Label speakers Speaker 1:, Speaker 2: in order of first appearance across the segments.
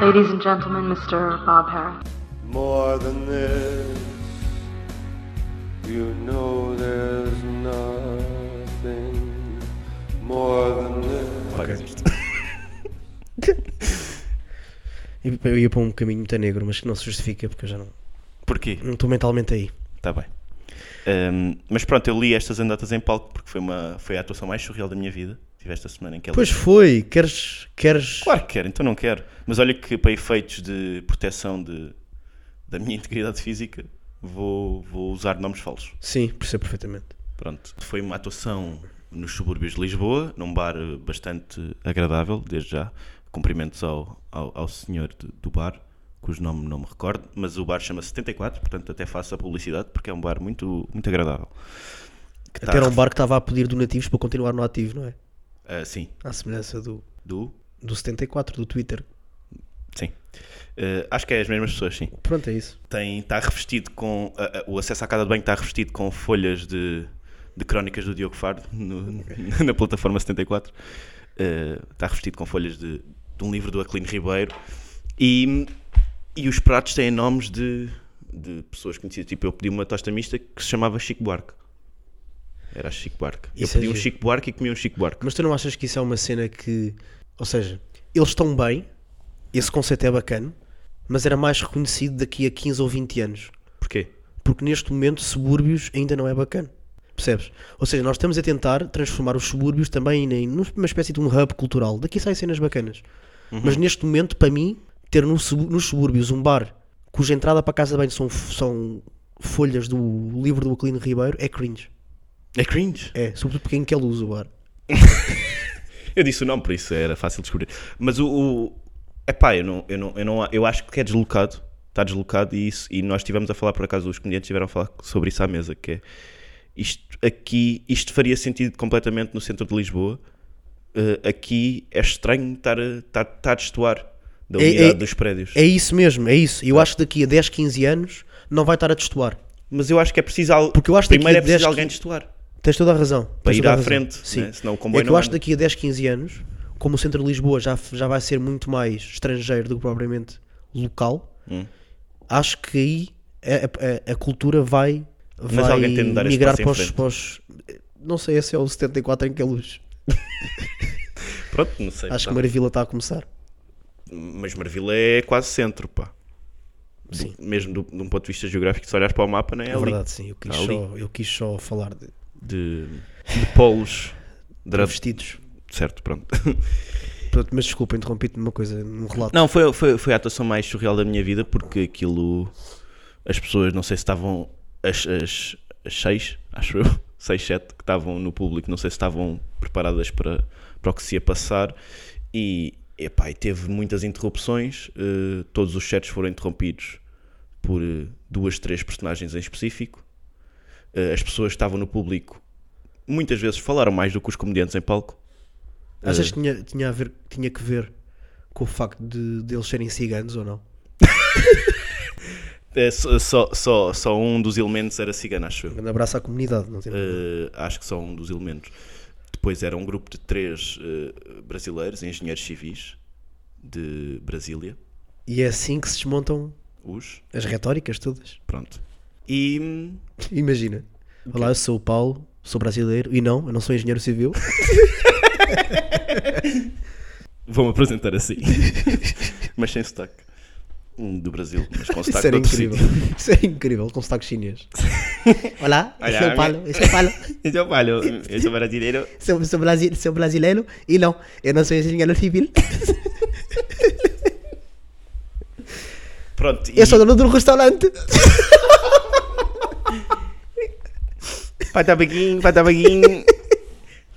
Speaker 1: Ladies and gentlemen, Mr. Bob Harris.
Speaker 2: More than this, you know there's nothing more than this.
Speaker 3: Eu eu ia para um caminho muito negro, mas que não se justifica porque eu já não
Speaker 4: Porquê?
Speaker 3: não estou mentalmente aí.
Speaker 4: Está bem. Ahm, mas pronto, eu li estas anedotas em palco porque foi, uma, foi a atuação mais surreal da minha vida. Tive esta semana em que ela.
Speaker 3: Pois foi, queres. queres...
Speaker 4: Claro que quero, então não quero. Mas olha que para efeitos de proteção de, da minha integridade física, vou, vou usar nomes falsos.
Speaker 3: Sim, percebo perfeitamente.
Speaker 4: Pronto, foi uma atuação nos subúrbios de Lisboa, num bar eh, bastante agradável, desde já. Cumprimentos ao, ao, ao senhor de- do bar, cujo nome não me recordo, mas o bar chama-se 74, portanto até faço a publicidade, porque é um bar muito, muito agradável. Que
Speaker 3: Até era um bar que estava a pedir donativos para continuar no ativo, não é?
Speaker 4: Ah, sim,
Speaker 3: À semelhança do,
Speaker 4: do...
Speaker 3: do 74 do Twitter.
Speaker 4: Sim. Eh, acho que é as mesmas pessoas, sim.
Speaker 3: Pronto, é isso.
Speaker 4: Tem, está revestido com... a- a- o acesso à casa de banho está revestido com folhas de, de crónicas do Diogo Faro no- na plataforma 74. Eh, está revestido com folhas de, de um livro do Aquilino Ribeiro. E, e os pratos têm nomes de, de pessoas conhecidas. Tipo, eu pedi uma tosta mista que se chamava Chico Buarque. Era a Chico Buarque. Eu
Speaker 3: Isso é
Speaker 4: pedi um
Speaker 3: giro.
Speaker 4: Chico Buarque e comi um Chico Buarque.
Speaker 3: Mas tu não achas que isso é uma cena que. Ou seja, eles estão bem, esse conceito é bacana, mas era mais reconhecido daqui a 15 ou 20 anos.
Speaker 4: Porquê?
Speaker 3: Porque neste momento, subúrbios ainda não é bacana. Percebes? Ou seja, nós estamos a tentar transformar os subúrbios também em, numa espécie de um hub cultural. Daqui saem cenas bacanas. Mas neste momento, para mim, ter num sub- nos subúrbios um bar cuja entrada para a casa de banho são, f- são folhas do livro do Aquilino Ribeiro é cringe.
Speaker 4: É cringe.
Speaker 3: É, sobretudo porque quem que ele usa o bar.
Speaker 4: Eu disse o nome, por isso era fácil descobrir. Mas o. o epá, eu, não, eu, não, eu, não, eu acho que é deslocado. Está deslocado e, isso, e nós estivemos a falar, por acaso, os comediantes estiveram a falar sobre isso à mesa, que é isto aqui, isto faria sentido completamente no centro de Lisboa. Eh, aqui é estranho estar a, estar, estar a destoar da
Speaker 3: É-
Speaker 4: unidade
Speaker 3: é-
Speaker 4: dos prédios.
Speaker 3: É isso mesmo, é isso. Eu acho que daqui a 10, 15 anos não vai estar a testuar.
Speaker 4: Mas eu acho que é preciso. al-
Speaker 3: Porque eu acho que
Speaker 4: primeiro é
Speaker 3: daqui a
Speaker 4: preciso
Speaker 3: 10
Speaker 4: alguém destoar.
Speaker 3: Tens toda a razão.
Speaker 4: Para
Speaker 3: Tens
Speaker 4: ir
Speaker 3: toda
Speaker 4: à
Speaker 3: a razão.
Speaker 4: frente,
Speaker 3: Sim.
Speaker 4: né? Senão o comboio
Speaker 3: é que
Speaker 4: não
Speaker 3: eu acho que
Speaker 4: anda.
Speaker 3: daqui a 10, 15 anos, como o centro de Lisboa já, f- já vai ser muito mais estrangeiro do que propriamente local,
Speaker 4: Hum.
Speaker 3: acho que aí a, a- a- a cultura vai, vai
Speaker 4: alguém tem de dar esse
Speaker 3: migrar
Speaker 4: passo em
Speaker 3: para os,
Speaker 4: frente.
Speaker 3: para os- Não sei, esse é o 74 em que é luz.
Speaker 4: Pronto, não sei.
Speaker 3: Acho
Speaker 4: tá.
Speaker 3: que Maravilha está a começar.
Speaker 4: Mas Marvila é quase centro, pá. Do-
Speaker 3: Sim.
Speaker 4: mesmo do- de um ponto de vista geográfico, se olhares para o mapa, não é,
Speaker 3: É
Speaker 4: ali.
Speaker 3: verdade, sim. Eu quis,
Speaker 4: Está ali.
Speaker 3: só, eu quis só falar de
Speaker 4: de, de polos dra-
Speaker 3: vestidos.
Speaker 4: certo, pronto
Speaker 3: Pronto, mas desculpa, interrompi-te numa coisa, num relato.
Speaker 4: não, foi, foi, foi a atuação mais surreal da minha vida porque aquilo as pessoas, não sei se estavam as, as, as seis, acho eu seis, sete que estavam no público não sei se estavam preparadas para, para o que se ia passar e, epá, e teve muitas interrupções eh, todos os sets foram interrompidos por eh, duas, três personagens em específico Eh, as pessoas que estavam no público muitas vezes falaram mais do que os comediantes em palco Eh.
Speaker 3: Achas que tinha, tinha, a ver, tinha que ver com o facto de, de eles serem ciganos ou não?
Speaker 4: É, só, só, só, só um dos elementos era cigano, acho eu.
Speaker 3: Um abraço à comunidade, não tem
Speaker 4: Eh, acho que só um dos elementos. Depois era um grupo de três eh, brasileiros, engenheiros civis de Brasília,
Speaker 3: E é assim que se desmontam
Speaker 4: os,
Speaker 3: as retóricas todas.
Speaker 4: pronto. E hum,
Speaker 3: Imagina. Olá, eu sou o Paulo, sou brasileiro e não, eu não sou engenheiro civil.
Speaker 4: vou-me apresentar assim, mas sem sotaque. Um do Brasil, mas com
Speaker 3: Isso
Speaker 4: sotaque de
Speaker 3: era
Speaker 4: outro
Speaker 3: incrível.
Speaker 4: sítio.
Speaker 3: Isso era incrível, com sotaque chinês. Olá, eu
Speaker 4: Olá,
Speaker 3: sou o Paulo, eu sou o Paulo,
Speaker 4: Então, olha, eu sou brasileiro.
Speaker 3: sou, sou, brasi- sou brasileiro e não, eu não sou engenheiro civil.
Speaker 4: Pronto, e...
Speaker 3: Eu sou dono de um restaurante.
Speaker 4: patabaguinho, patabaguinho. tá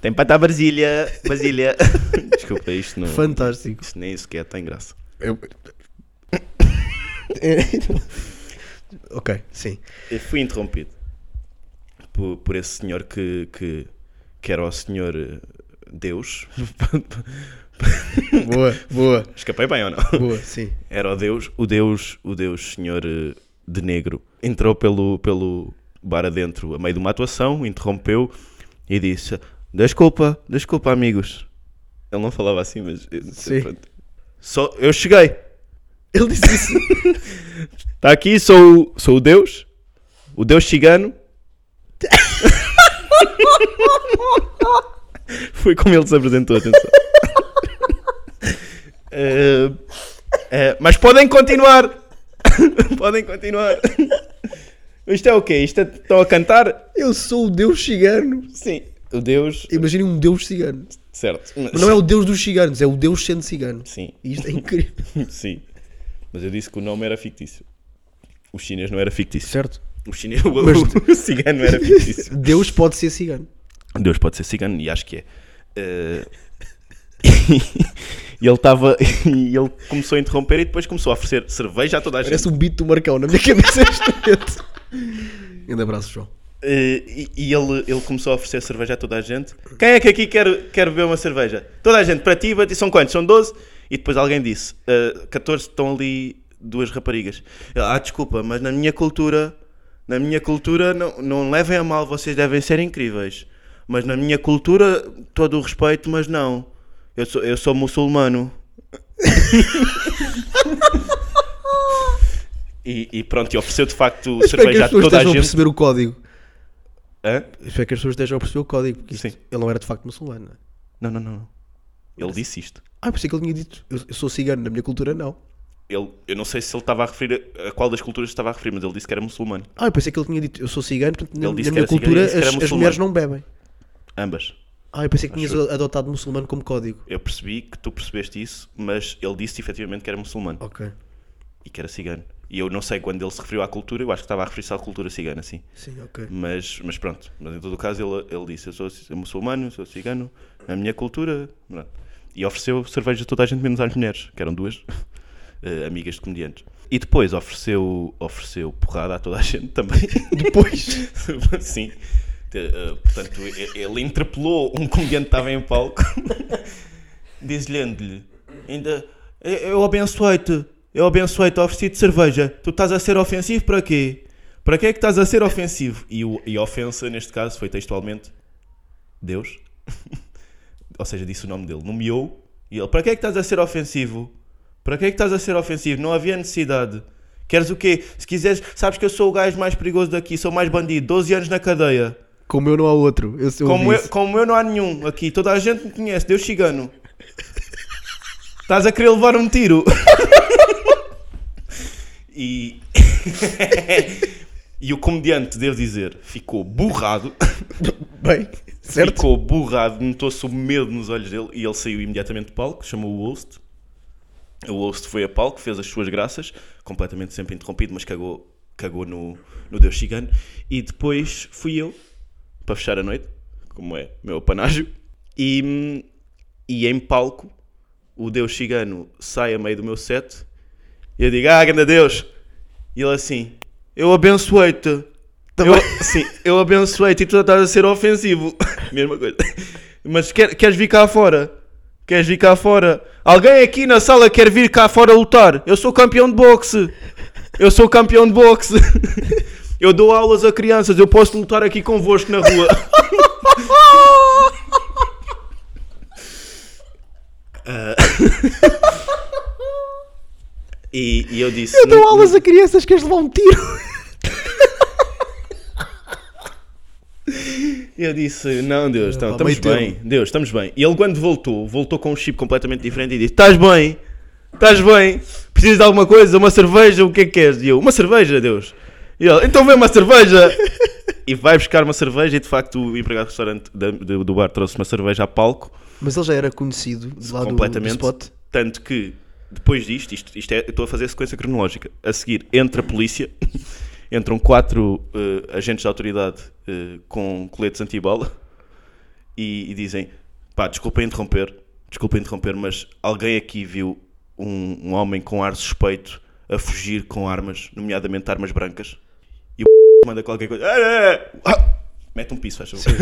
Speaker 4: Tem patá Brasília, Brasília. Desculpa, isto não...
Speaker 3: Fantástico.
Speaker 4: Isto nem sequer tem graça.
Speaker 3: ok, sim.
Speaker 4: Eu fui interrompido por, por esse senhor que, que, que era o senhor eh, Deus.
Speaker 3: Boa, boa,
Speaker 4: Escapei bem ou não?
Speaker 3: boa, sim.
Speaker 4: Era o Deus, o Deus, o Deus senhor eh, de negro. Entrou pelo, pelo bar adentro a meio de uma atuação, interrompeu e disse: Desculpa, desculpa, amigos. Ele não falava assim, mas. eh,
Speaker 3: Sim.
Speaker 4: Só, eu cheguei.
Speaker 3: Ele disse isso.
Speaker 4: Está Tá aqui, sou, sou o Deus, o Deus cigano. Foi como ele se apresentou, atenção. Eh, eh, mas podem continuar. podem continuar. Isto é o quê? Isto é, estão a cantar?
Speaker 3: Eu sou o deus cigano.
Speaker 4: Sim. O Deus.
Speaker 3: Imaginem um deus cigano.
Speaker 4: Certo.
Speaker 3: Mas não é o deus dos ciganos, é o deus sendo cigano.
Speaker 4: Sim.
Speaker 3: E isto é incrível.
Speaker 4: Sim. Mas eu disse que o nome era fictício. O chinês não era fictício.
Speaker 3: Certo?
Speaker 4: O chinês, o, o cigano era fictício.
Speaker 3: É Deus pode ser cigano.
Speaker 4: Deus pode ser cigano, e acho que é. Eh, e ele estava. E ele começou a interromper e depois começou a oferecer cerveja a toda a gente.
Speaker 3: Parece um beat do Marcão na minha cabeça neste momento. Grande abraço, João.
Speaker 4: Eh, e e ele, ele começou a oferecer cerveja a toda a gente. Quem é que aqui quer, quer beber uma cerveja? Toda a gente, para ti, para ti, são quantos? São 12? E depois alguém disse: eh, 14 estão ali duas raparigas. Ele, ah, desculpa, mas na minha cultura, na minha cultura, não, não levem a mal, vocês devem ser incríveis. Mas na minha cultura, todo o respeito, mas não. Eu sou, eu sou muçulmano. e, e pronto, e ofereceu de
Speaker 3: Espero
Speaker 4: facto
Speaker 3: que
Speaker 4: cerveja
Speaker 3: as
Speaker 4: a
Speaker 3: pessoas
Speaker 4: toda a
Speaker 3: estejam a
Speaker 4: gente.
Speaker 3: perceber o código.
Speaker 4: Hã?
Speaker 3: Espero que as pessoas estejam a perceber o código. Porque isto-
Speaker 4: Sim.
Speaker 3: ele não era de facto muçulmano. não é?
Speaker 4: Não, não, não. não. Ele disse isto.
Speaker 3: Ah, eu pensei que ele tinha dito. Eu, eu sou cigano, na minha cultura não.
Speaker 4: Ele, eu não sei se ele estava a referir a, a qual das culturas estava a referir, mas ele disse que era muçulmano.
Speaker 3: Ah, eu pensei que ele tinha dito. Eu sou cigano, portanto, na,
Speaker 4: Ele disse
Speaker 3: na
Speaker 4: que
Speaker 3: minha cultura
Speaker 4: era cigano e disse que era
Speaker 3: as, as
Speaker 4: muçulmano.
Speaker 3: mulheres não bebem.
Speaker 4: Ambas.
Speaker 3: Ah, eu pensei que tinhas adotado muçulmano como código.
Speaker 4: Eu percebi que tu percebeste isso, mas ele disse efetivamente que era muçulmano
Speaker 3: Ok.
Speaker 4: e que era cigano. E eu não sei quando ele se referiu à cultura, eu acho que estava a referir-se à cultura cigana, sim.
Speaker 3: Sim, ok.
Speaker 4: Mas, mas pronto, mas em todo o caso ele, ele disse: Eu sou ci- muçulmano, sou cigano, a minha cultura. pronto. E ofereceu cerveja a toda a gente, menos às mulheres, que eram duas eh, amigas de comediantes. E depois ofereceu, ofereceu porrada a toda a gente também.
Speaker 3: Depois.
Speaker 4: Sim. Te- eh, portanto, e- ele interpelou um comediante que estava em palco, dizendo-lhe: ainda Eu abençoei-te, eu abençoei-te, ofereci-te cerveja. Tu estás a ser ofensivo para quê? Para que é que estás a ser ofensivo? E, o, e a ofensa, neste caso, foi textualmente Deus. Ou seja, disse o nome dele. Nomeou. E ele: Para que é que estás a ser ofensivo? Para que é que estás a ser ofensivo? Não havia necessidade. Queres o quê? Se quiseres, sabes que eu sou o gajo mais perigoso daqui, sou o mais bandido, 12 anos na cadeia.
Speaker 3: Como eu não há outro. Eu, eu
Speaker 4: Como
Speaker 3: disse.
Speaker 4: eu, como eu não há nenhum aqui, toda a gente me conhece, Deus cigano. Estás a querer levar um tiro. e. e o comediante, devo dizer, ficou burrado.
Speaker 3: Bem, certo?
Speaker 4: Ficou burrado, notou-se o medo nos olhos dele e ele saiu imediatamente do palco, chamou o host. O host foi a palco, fez as suas graças, completamente sempre interrompido, mas cagou, cagou no, no Deus Cigano. E depois fui eu, para fechar a noite, como é meu apanágio, e, e em palco o Deus Cigano sai a meio do meu set e eu digo, ah, grande Deus! E ele assim, eu abençoei-te. Eu- sim, eu abençoei-te e tu estás a ser ofensivo. Mesma coisa. Mas quer- queres vir cá fora? Queres vir cá fora? Alguém aqui na sala quer vir cá fora lutar? Eu sou campeão de boxe. Eu sou campeão de boxe. Eu dou aulas a crianças. Eu posso lutar aqui convosco na rua. Ah. e, e eu disse:
Speaker 3: Eu dou
Speaker 4: "Não-
Speaker 3: aulas a crianças, queres levar um tiro?
Speaker 4: Eu disse, não, Deus, então,
Speaker 3: É, pá,
Speaker 4: estamos
Speaker 3: meio
Speaker 4: bem, Deus, estamos bem. E ele, quando voltou, voltou com um chip completamente diferente e disse: Estás bem, estás bem, precisas de alguma coisa, uma cerveja, o que é que queres? E eu, uma cerveja, Deus. E ele, então vem uma cerveja. e vai buscar uma cerveja. E de facto, o empregado do restaurante da- do, do bar trouxe uma cerveja a palco,
Speaker 3: Mas ele já era conhecido de lá do, do
Speaker 4: completamente.
Speaker 3: spot.
Speaker 4: Tanto que, depois disto, isto, isto é, eu estou a fazer a sequência cronológica. A seguir, entra a polícia, entram quatro eh, agentes de autoridade eh, com coletes antibala e, e dizem: pá, desculpa interromper, desculpa interromper, mas alguém aqui viu um, um homem com ar suspeito a fugir com armas, nomeadamente armas brancas, e o manda qualquer coisa, "Ah, é, é." Ah! mete um piso, faz favor.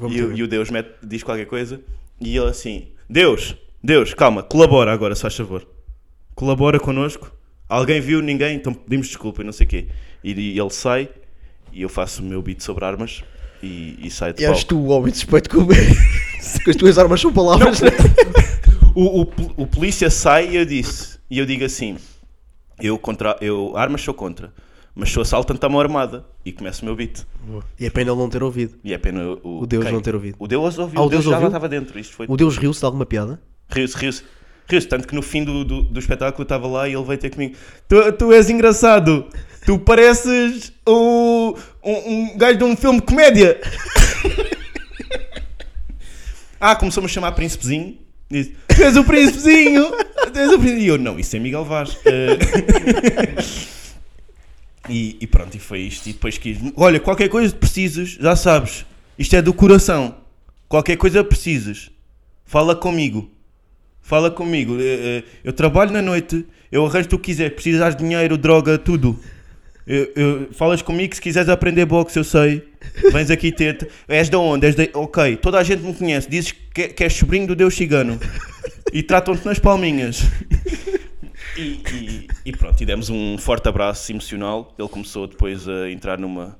Speaker 3: vamos
Speaker 4: E, o- e o Deus mete- diz qualquer coisa, e ele assim: Deus, Deus, calma, colabora agora, se faz favor, colabora connosco. Alguém viu ninguém, então pedimos desculpa e não sei o quê. E, e ele sai e eu faço o meu beat sobre armas e, e saio de
Speaker 3: E és
Speaker 4: palco.
Speaker 3: tu o homem suspeito que que as tuas armas são palavras. né?
Speaker 4: o, o pol- o polícia sai e eu disse, e eu digo assim: Eu, contra, eu armas sou contra, mas se o assalto está mão armada e começo o meu beat.
Speaker 3: E é pena ele não ter ouvido.
Speaker 4: E é pena o,
Speaker 3: O Deus
Speaker 4: quem?
Speaker 3: não ter ouvido.
Speaker 4: O Deus ouviu,
Speaker 3: Ah,
Speaker 4: o
Speaker 3: o
Speaker 4: Deus,
Speaker 3: Deus
Speaker 4: já lá
Speaker 3: ouviu?
Speaker 4: estava dentro. Isto foi
Speaker 3: O Deus riu-se de alguma piada?
Speaker 4: Riu-se, riu-se. Riu-se, tanto que no fim do, do, do espetáculo eu estava lá e ele veio ter comigo. Tu, tu és engraçado. Tu pareces o, um, um gajo de um filme de comédia. ah, começou-me a chamar Príncipezinho. Disse, tu és o Príncipezinho. Tu és o príncipe. E eu, não, isso é Miguel Vaz. Eh, e, e pronto, e foi isto. E depois quis. Olha, qualquer coisa que precises, já sabes. Isto é do coração. Qualquer coisa que precises, fala comigo. Fala comigo. Eh, eh, Eu trabalho na noite, eu arranjo o que quiser. Precisas de dinheiro, droga, tudo. Eu, eu- falas comigo se quiseres aprender boxe, eu sei. Vens aqui ter-te. És da onde? És da... Ok, toda a gente me conhece. Dizes que, que és sobrinho do Deus Cigano. E tratam-te nas palminhas. E, e- e pronto, e demos um forte abraço emocional. Ele começou depois a entrar numa,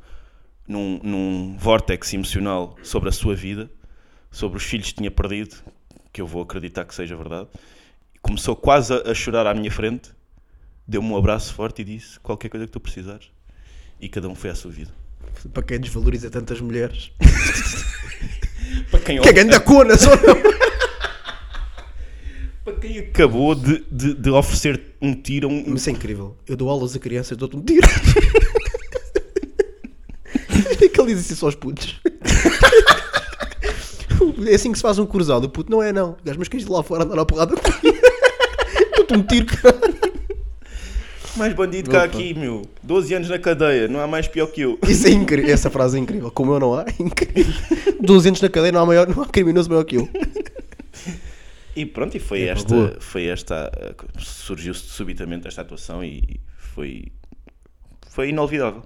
Speaker 4: num, num vórtex emocional sobre a sua vida, sobre os filhos que tinha perdido, que eu vou acreditar que seja verdade. E Começou quase a, a chorar à minha frente, deu-me um abraço forte e disse: Qualquer coisa que tu precisares. E cada um foi à sua vida.
Speaker 3: Para quem desvaloriza tantas mulheres.
Speaker 4: Para quem,
Speaker 3: Que é grande cona, só não.
Speaker 4: para quem acabou de, de, de oferecer um tiro a um.
Speaker 3: Mas é incrível. Eu dou aulas a crianças, dou-te um tiro. É que ele diz isso aos putos. É assim que se faz um cruzado. O puto não é, não. O gajo, mas queres ir lá fora andar à porrada? Dou-te um tiro, cara.
Speaker 4: Mais bandido cá
Speaker 3: Opa.
Speaker 4: aqui, meu. 12 anos na cadeia, não há mais pior que eu.
Speaker 3: Isso é incrível. Essa frase é incrível. Como eu não há, é incrível. 200 na cadeia, não há, maior, não há criminoso maior que eu.
Speaker 4: E pronto, e foi
Speaker 3: Epá,
Speaker 4: esta,
Speaker 3: É boa.
Speaker 4: foi esta uh, surgiu subitamente esta atuação e foi foi inolvidável.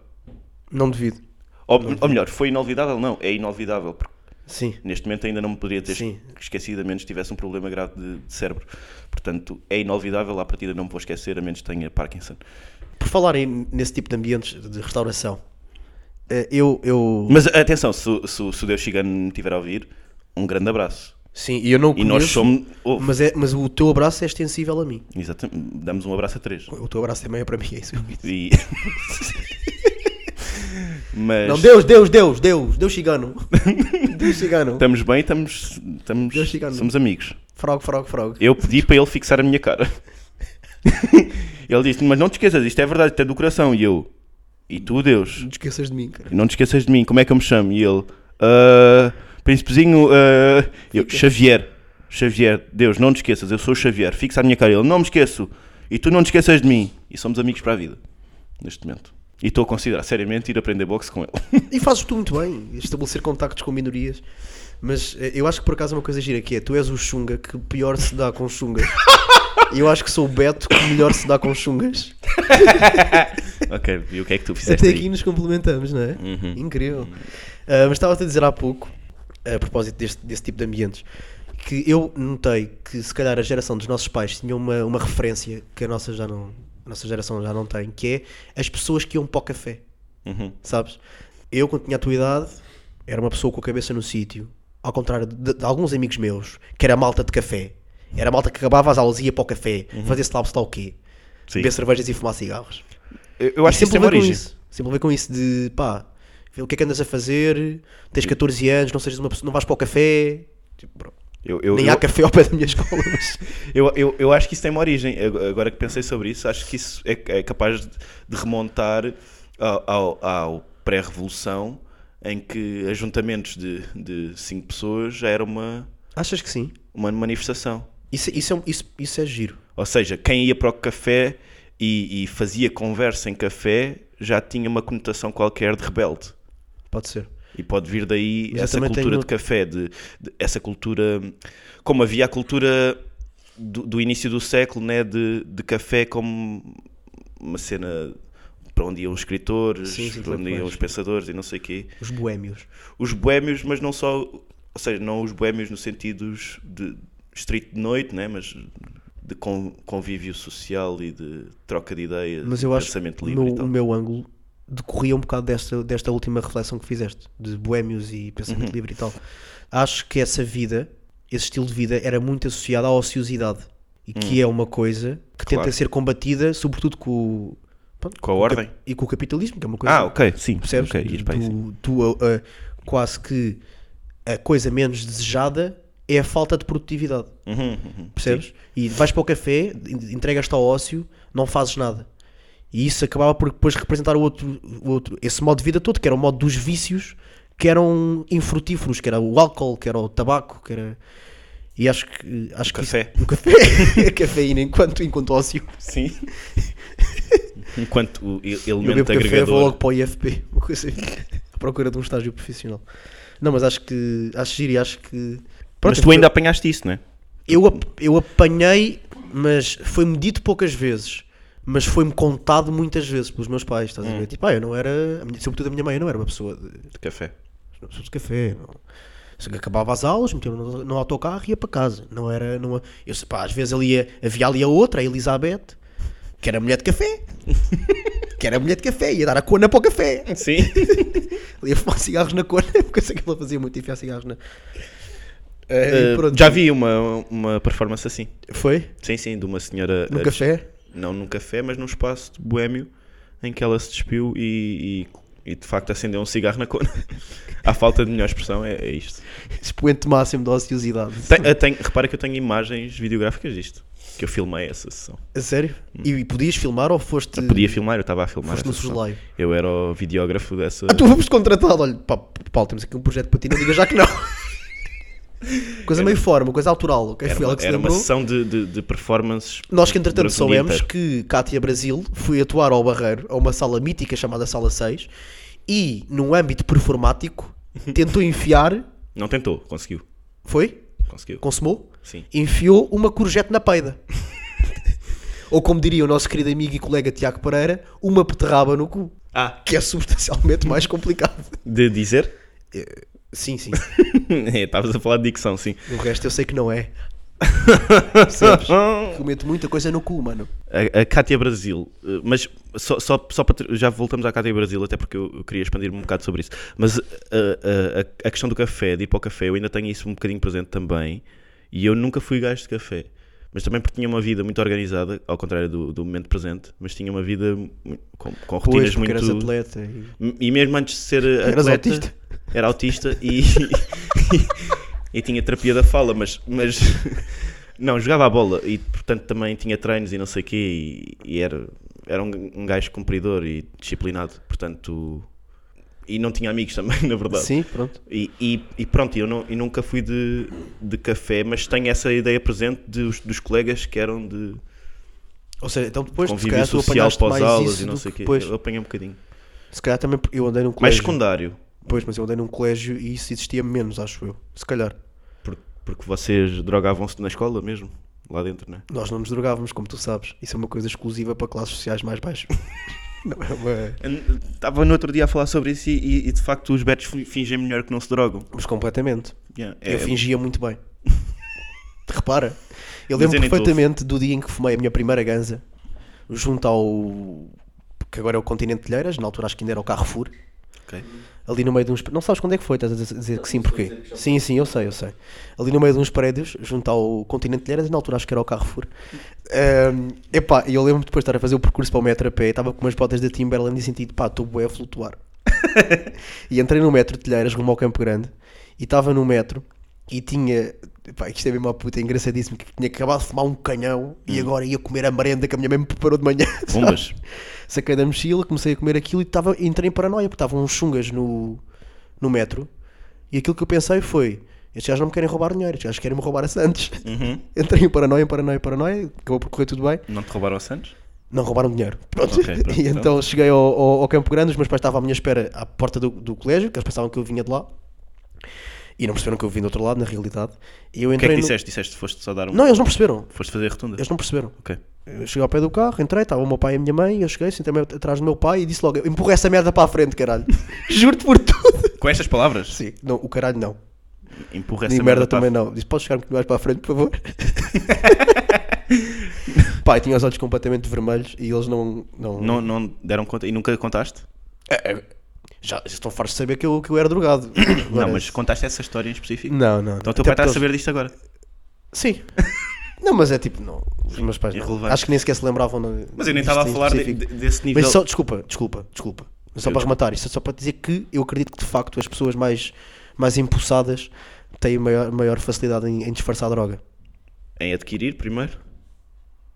Speaker 3: Não duvido.
Speaker 4: Ou, ou melhor, foi inolvidável não, é inolvidável, porque
Speaker 3: Sim.
Speaker 4: neste momento ainda não me poderia ter
Speaker 3: Sim.
Speaker 4: esquecido a menos que tivesse um problema grave de, de cérebro. Portanto, é inolvidável, à partida não me vou esquecer, a menos que tenha Parkinson.
Speaker 3: Por falar em- nesse tipo de ambientes de restauração, eh, eu. eu
Speaker 4: Mas atenção, se, o- se, o- se o Deus Chigano me tiver a ouvir, um grande abraço.
Speaker 3: Sim, e eu não o
Speaker 4: E nós
Speaker 3: conheço,
Speaker 4: somos- ouve.
Speaker 3: Mas, é, mas o teu abraço é extensível a mim.
Speaker 4: Exatamente, damos um abraço a três.
Speaker 3: O teu abraço também é para mim, é isso que eu quis dizer.
Speaker 4: E... Mas
Speaker 3: Não, Deus, Deus, Deus, Deus, Deus cigano. Deus cigano.
Speaker 4: estamos bem, estamos, estamos
Speaker 3: Deus Chigano.
Speaker 4: somos amigos.
Speaker 3: Frog, frog, frog.
Speaker 4: Eu pedi para ele fixar a minha cara. ele disse: Mas não te esqueças, isto é verdade, isto é do coração. E eu: E tu, Deus?
Speaker 3: Não te esqueças de mim, cara.
Speaker 4: E Não te esqueças de mim, como é que eu me chamo? E ele: "Ah, Príncipezinho, ah", eu, Xavier. Xavier, Deus, não te esqueças, eu sou o Xavier, fixa a minha cara. Ele: Não me esqueço. E tu não te esqueças de mim. E somos amigos para a vida, neste momento. E estou a considerar seriamente ir aprender boxe com ele.
Speaker 3: E fazes tu muito bem, estabelecer contactos com minorias. Mas eh, eu acho que por acaso é uma coisa gira que é, tu és o Xunga que pior se dá com Xungas. E eu acho que sou o Beto que melhor se dá com Xungas.
Speaker 4: ok, e o que é que tu fizeste?
Speaker 3: Até
Speaker 4: aí? Uhum.
Speaker 3: aqui nos complementamos, não é? Incrível. Ah, mas estava-te a dizer há pouco, a propósito deste, desse tipo de ambientes, que eu notei que se calhar a geração dos nossos pais tinha uma, uma referência que a nossa, já não, a nossa geração já não tem, que é as pessoas que iam para o café.
Speaker 4: Uhum.
Speaker 3: Sabes? Eu, quando tinha a tua idade, era uma pessoa com a cabeça no sítio, ao contrário de, de alguns amigos meus, que era malta de café. Era malta que acabava as aulas e ia para o café, fazer-se lá, lá o quê?
Speaker 4: Uhum. Sim.
Speaker 3: Beber cervejas e fumar cigarros.
Speaker 4: Eu, eu acho que
Speaker 3: Sempre
Speaker 4: isso é uma
Speaker 3: levei com
Speaker 4: origem.
Speaker 3: isso. Sempre levei com isso de pá, vê o que é que andas a fazer? Tens
Speaker 4: Hum.
Speaker 3: 14 anos, não sejas uma pessoa, não vais para o café. Tipo, bro,
Speaker 4: Eu- eu-
Speaker 3: nem
Speaker 4: eu-
Speaker 3: há café ao pé da minha escola, mas
Speaker 4: Eu, eu, eu acho que isso tem uma origem. Ag- Agora que pensei sobre isso, acho que isso é, é capaz de, de remontar ao, ao- ao pré-revolução, em que ajuntamentos de, de cinco pessoas já era uma,
Speaker 3: achas que sim?
Speaker 4: uma manifestação.
Speaker 3: Isso, isso, é, um- isso, isso é giro.
Speaker 4: Ou seja, quem ia para o café e, e fazia conversa em café já tinha uma conotação qualquer de rebelde.
Speaker 3: Pode ser.
Speaker 4: E pode vir daí
Speaker 3: Mas eu
Speaker 4: essa
Speaker 3: também
Speaker 4: cultura
Speaker 3: tenho
Speaker 4: de café, de, de- essa cultura. Como havia a cultura do, do início do século, né? De, de café como uma cena para onde iam os escritores,
Speaker 3: Sim, sim,
Speaker 4: para onde iam
Speaker 3: intelectuais.
Speaker 4: os pensadores e não sei o quê.
Speaker 3: Os boémios.
Speaker 4: Os boémios, mas não só. Ou seja, não os boémios no sentido de estrito de noite, né? Mas de con- convívio social e de troca de ideias,
Speaker 3: Mas
Speaker 4: de
Speaker 3: eu acho que
Speaker 4: pensamento
Speaker 3: o
Speaker 4: livre
Speaker 3: meu,
Speaker 4: e
Speaker 3: o
Speaker 4: tal.
Speaker 3: meu ângulo decorria um bocado desta, desta última reflexão que fizeste, de boémios e
Speaker 4: Uhum.
Speaker 3: pensamento livre e tal. Acho que essa vida, esse estilo de vida, era muito associado à ociosidade. e que é uma coisa que tenta
Speaker 4: Hum. Claro.
Speaker 3: ser combatida, sobretudo com, o- pronto,
Speaker 4: Com a ordem?
Speaker 3: e com o capitalismo, que é uma coisa
Speaker 4: Ah, ok, sim.
Speaker 3: percebes?
Speaker 4: ok, assim. ir para aí, sim.
Speaker 3: tu, tu, uh, uh, quase que a coisa menos desejada é a falta de produtividade,
Speaker 4: Uhum, uhum.
Speaker 3: percebes? E vais para o café, en- entregas-te ao ócio, não fazes nada. E isso acabava por depois representar o outro, o outro, esse modo de vida todo, que era o modo dos vícios, que eram infrutíferos, que era o álcool, que era o tabaco, que era... E acho que... Acho que
Speaker 4: café.
Speaker 3: Isso, o café. a cafeína enquanto, enquanto ócio.
Speaker 4: Sim. Enquanto o e-
Speaker 3: Eu
Speaker 4: elemento
Speaker 3: bebo café, vou
Speaker 4: agregador.
Speaker 3: logo para o IFP, uma coisa assim, à procura de um estágio profissional. Não, mas acho que, acho giro e acho que...
Speaker 4: Mas
Speaker 3: Pronto,
Speaker 4: tu ainda apanhaste isso, não é?
Speaker 3: Eu, ap- eu apanhei, mas foi-me dito poucas vezes, mas foi-me contado muitas vezes pelos meus pais, estás
Speaker 4: Hum.
Speaker 3: a ver? Tipo, ah, eu não era, a minha, sobretudo a minha mãe, eu não era uma pessoa de,
Speaker 4: De café.
Speaker 3: uma pessoa de café, não... Se Acabava as aulas, metia-me no, no autocarro e ia para casa. Não era. Não, a- eu sei, pá, às vezes ali ia- havia ali a outra, a Elizabeth, que era mulher de café. que era mulher de café, ia dar a cona para o café.
Speaker 4: Sim.
Speaker 3: Ele ia fumar cigarros na cor, porque eu sei que ele fazia muito enfiar cigarros na. Eh,
Speaker 4: Eh,
Speaker 3: pronto.
Speaker 4: já vi uma, uma performance assim.
Speaker 3: Foi?
Speaker 4: Sim, sim, de uma senhora.
Speaker 3: Num
Speaker 4: a-
Speaker 3: café?
Speaker 4: Não num café, mas num espaço de boémio em que ela se despiu e, e, e, de facto acendeu um cigarro na cona. À falta de melhor expressão, é, é isto.
Speaker 3: Expoente máximo de ociosidade.
Speaker 4: Tem, eu tenho- repara que eu tenho imagens videográficas disto. Que eu filmei essa sessão.
Speaker 3: A sério? E, e podias filmar ou foste.
Speaker 4: Eu Hum. podia filmar, eu estava a filmar.
Speaker 3: Foste no
Speaker 4: essa sessão.
Speaker 3: soslaio.
Speaker 4: Eu era o videógrafo dessa.
Speaker 3: Ah, tu fomos contratado. Olha, pá, Paulo, temos aqui um projeto para ti, não diga já que não. coisa meio forma, coisa autoral, ok?
Speaker 4: Era
Speaker 3: Foi ela
Speaker 4: uma,
Speaker 3: é que se
Speaker 4: era uma
Speaker 3: lembrou.
Speaker 4: sessão de, de, de performances.
Speaker 3: Nós que entretanto
Speaker 4: durante o dia
Speaker 3: soubemos
Speaker 4: inteiro.
Speaker 3: que Cátia Brasil foi atuar ao Barreiro, a uma sala mítica chamada Sala 6, e num âmbito performático tentou enfiar.
Speaker 4: Não tentou, conseguiu.
Speaker 3: Foi?
Speaker 4: Conseguiu.
Speaker 3: Consumou?
Speaker 4: Sim.
Speaker 3: Enfiou uma corjete na peida. Ou como diria o nosso querido amigo e colega Tiago Pereira, uma beterraba no cu.
Speaker 4: Ah,
Speaker 3: Que é substancialmente mais complicado.
Speaker 4: de dizer?
Speaker 3: Sim, sim.
Speaker 4: É, Estavas a falar de dicção, sim.
Speaker 3: O resto eu sei que não é. Percebes? Comento muita coisa no cu, mano.
Speaker 4: A, a Cátia Brasil, eh, mas só, só, só para. ter- Já voltamos à Cátia Brasil, até porque eu, eu queria expandir-me um bocado sobre isso. Mas eh, a, a- a questão do café, de ir para o café, eu ainda tenho isso um bocadinho presente também. E eu nunca fui gajo de café. Mas também porque tinha uma vida muito organizada, ao contrário do, do momento presente, mas tinha uma vida mu- com, com
Speaker 3: Pois,
Speaker 4: rotinas
Speaker 3: porque
Speaker 4: muito.
Speaker 3: eras atleta. e-
Speaker 4: E mesmo antes de ser eh,
Speaker 3: Eras
Speaker 4: atleta,
Speaker 3: autista?
Speaker 4: era autista e, e, tinha terapia da fala, mas, mas não, jogava a bola e portanto também tinha treinos e não sei o quê e, e era, era um, um gajo cumpridor e disciplinado, portanto e não tinha amigos também, na verdade.
Speaker 3: Sim, pronto.
Speaker 4: E, e, e pronto, eu, não, eu nunca fui de, de café, mas tenho essa ideia presente dos, dos colegas que eram de
Speaker 3: Ou seja, então depois, se
Speaker 4: convívio
Speaker 3: calhar tu
Speaker 4: social
Speaker 3: apanhaste mais
Speaker 4: pós-aulas
Speaker 3: isso
Speaker 4: e não
Speaker 3: do
Speaker 4: sei o quê.
Speaker 3: Depois,
Speaker 4: Eu apanhei um bocadinho.
Speaker 3: se calhar também eu andei num
Speaker 4: Mais
Speaker 3: colégio.
Speaker 4: secundário.
Speaker 3: Pois, mas eu andei num colégio e isso existia menos, acho eu. Se calhar.
Speaker 4: Por- Porque vocês drogavam-se na escola mesmo, lá dentro, não é?
Speaker 3: Nós não nos drogávamos, como tu sabes. Isso é uma coisa exclusiva para classes sociais mais baixas. não é uma...
Speaker 4: Estava no outro dia a falar sobre isso e, e- e, de facto os betos fi- fingem melhor que não se drogam.
Speaker 3: Mas completamente.
Speaker 4: Yeah,
Speaker 3: Eu
Speaker 4: é-
Speaker 3: fingia muito bem. Repara, eu
Speaker 4: Mas
Speaker 3: lembro
Speaker 4: eu nem tô-
Speaker 3: perfeitamente do dia em que fumei a minha primeira ganza junto ao. que agora é o Continente de Telheiras, na altura acho que ainda era o Carrefour.
Speaker 4: ok.
Speaker 3: ali no meio de uns. Não sabes quando é que foi, estás a dizer- dizer que sim, porquê? Sim, sim, eu sei, eu sei. Ali no meio de uns prédios, junto ao Continente de Lheras, na altura acho que era o Carrefour. Ahm, epá, e eu lembro-me depois de estar a fazer o percurso para o metro a pé, estava com umas botas da Timberland e senti, pá, estou bué a flutuar. e entrei no metro de Telheiras, rumo ao Campo Grande, e estava no metro e tinha. Pá, isto é mesmo uma puta, é engraçadíssimo, que tinha acabado de fumar um canhão e agora ia comer a merenda que a minha mãe me preparou de manhã.
Speaker 4: Bombas.
Speaker 3: Saquei da mochila, comecei a comer aquilo e tava, entrei em paranoia, porque estavam uns chungas no, no metro. E aquilo que eu pensei foi: estes gajos não me querem roubar dinheiro, estes gajos querem me roubar a Santos.
Speaker 4: Uhum.
Speaker 3: entrei em paranoia, em paranoia, em paranoia, acabou por correr tudo bem.
Speaker 4: Não te roubaram a Santos?
Speaker 3: Não roubaram dinheiro. Pronto.
Speaker 4: Ok, pronto,
Speaker 3: e então,
Speaker 4: então.
Speaker 3: cheguei ao, ao- ao Campo Grande, os meus pais estavam à minha espera à porta do, do colégio, que eles pensavam que eu vinha de lá. E não perceberam que eu vim do outro lado, na realidade. E eu
Speaker 4: O que é
Speaker 3: entrei.
Speaker 4: que
Speaker 3: no-
Speaker 4: disseste? Disseste que foste só dar um.
Speaker 3: Não, eles não perceberam.
Speaker 4: Foste fazer rotunda?
Speaker 3: Eles não perceberam.
Speaker 4: Ok.
Speaker 3: Eu cheguei ao pé do carro, entrei, estava o meu pai e a minha mãe, eu cheguei, sentei-me atrás do meu pai e disse logo: empurra essa merda para a frente, caralho. Juro-te por tudo.
Speaker 4: Com estas palavras?
Speaker 3: Sim, não, o caralho não. E
Speaker 4: Empurra essa
Speaker 3: merda,
Speaker 4: merda, tá para a
Speaker 3: também não. Disse: podes chegar um bocadinho mais para a frente, por favor? Pai, tinha os olhos completamente vermelhos e eles não. não,
Speaker 4: Não, não deram conta e nunca contaste?
Speaker 3: É, é, já, já estão fartos de saber que eu, que eu era drogado.
Speaker 4: Não,
Speaker 3: Agora-
Speaker 4: mas contaste essa história em específico?
Speaker 3: Não, não. não.
Speaker 4: Então o teu
Speaker 3: Até
Speaker 4: pai está a
Speaker 3: porque
Speaker 4: saber disto agora.
Speaker 3: eles- Sim. Não, mas é tipo, não. Os meus pais não.
Speaker 4: Irrelevante.
Speaker 3: Acho que nem sequer se lembravam. de-
Speaker 4: Mas eu nem
Speaker 3: disto
Speaker 4: estava a
Speaker 3: em
Speaker 4: falar de-
Speaker 3: específico.
Speaker 4: de- desse nível.
Speaker 3: Mas só, desculpa, desculpa, desculpa. Mas só
Speaker 4: Eu
Speaker 3: para rematar, isto é só para dizer que eu acredito que de facto as pessoas mais, mais empossadas têm maior, maior facilidade em, em disfarçar a droga.
Speaker 4: Em adquirir primeiro.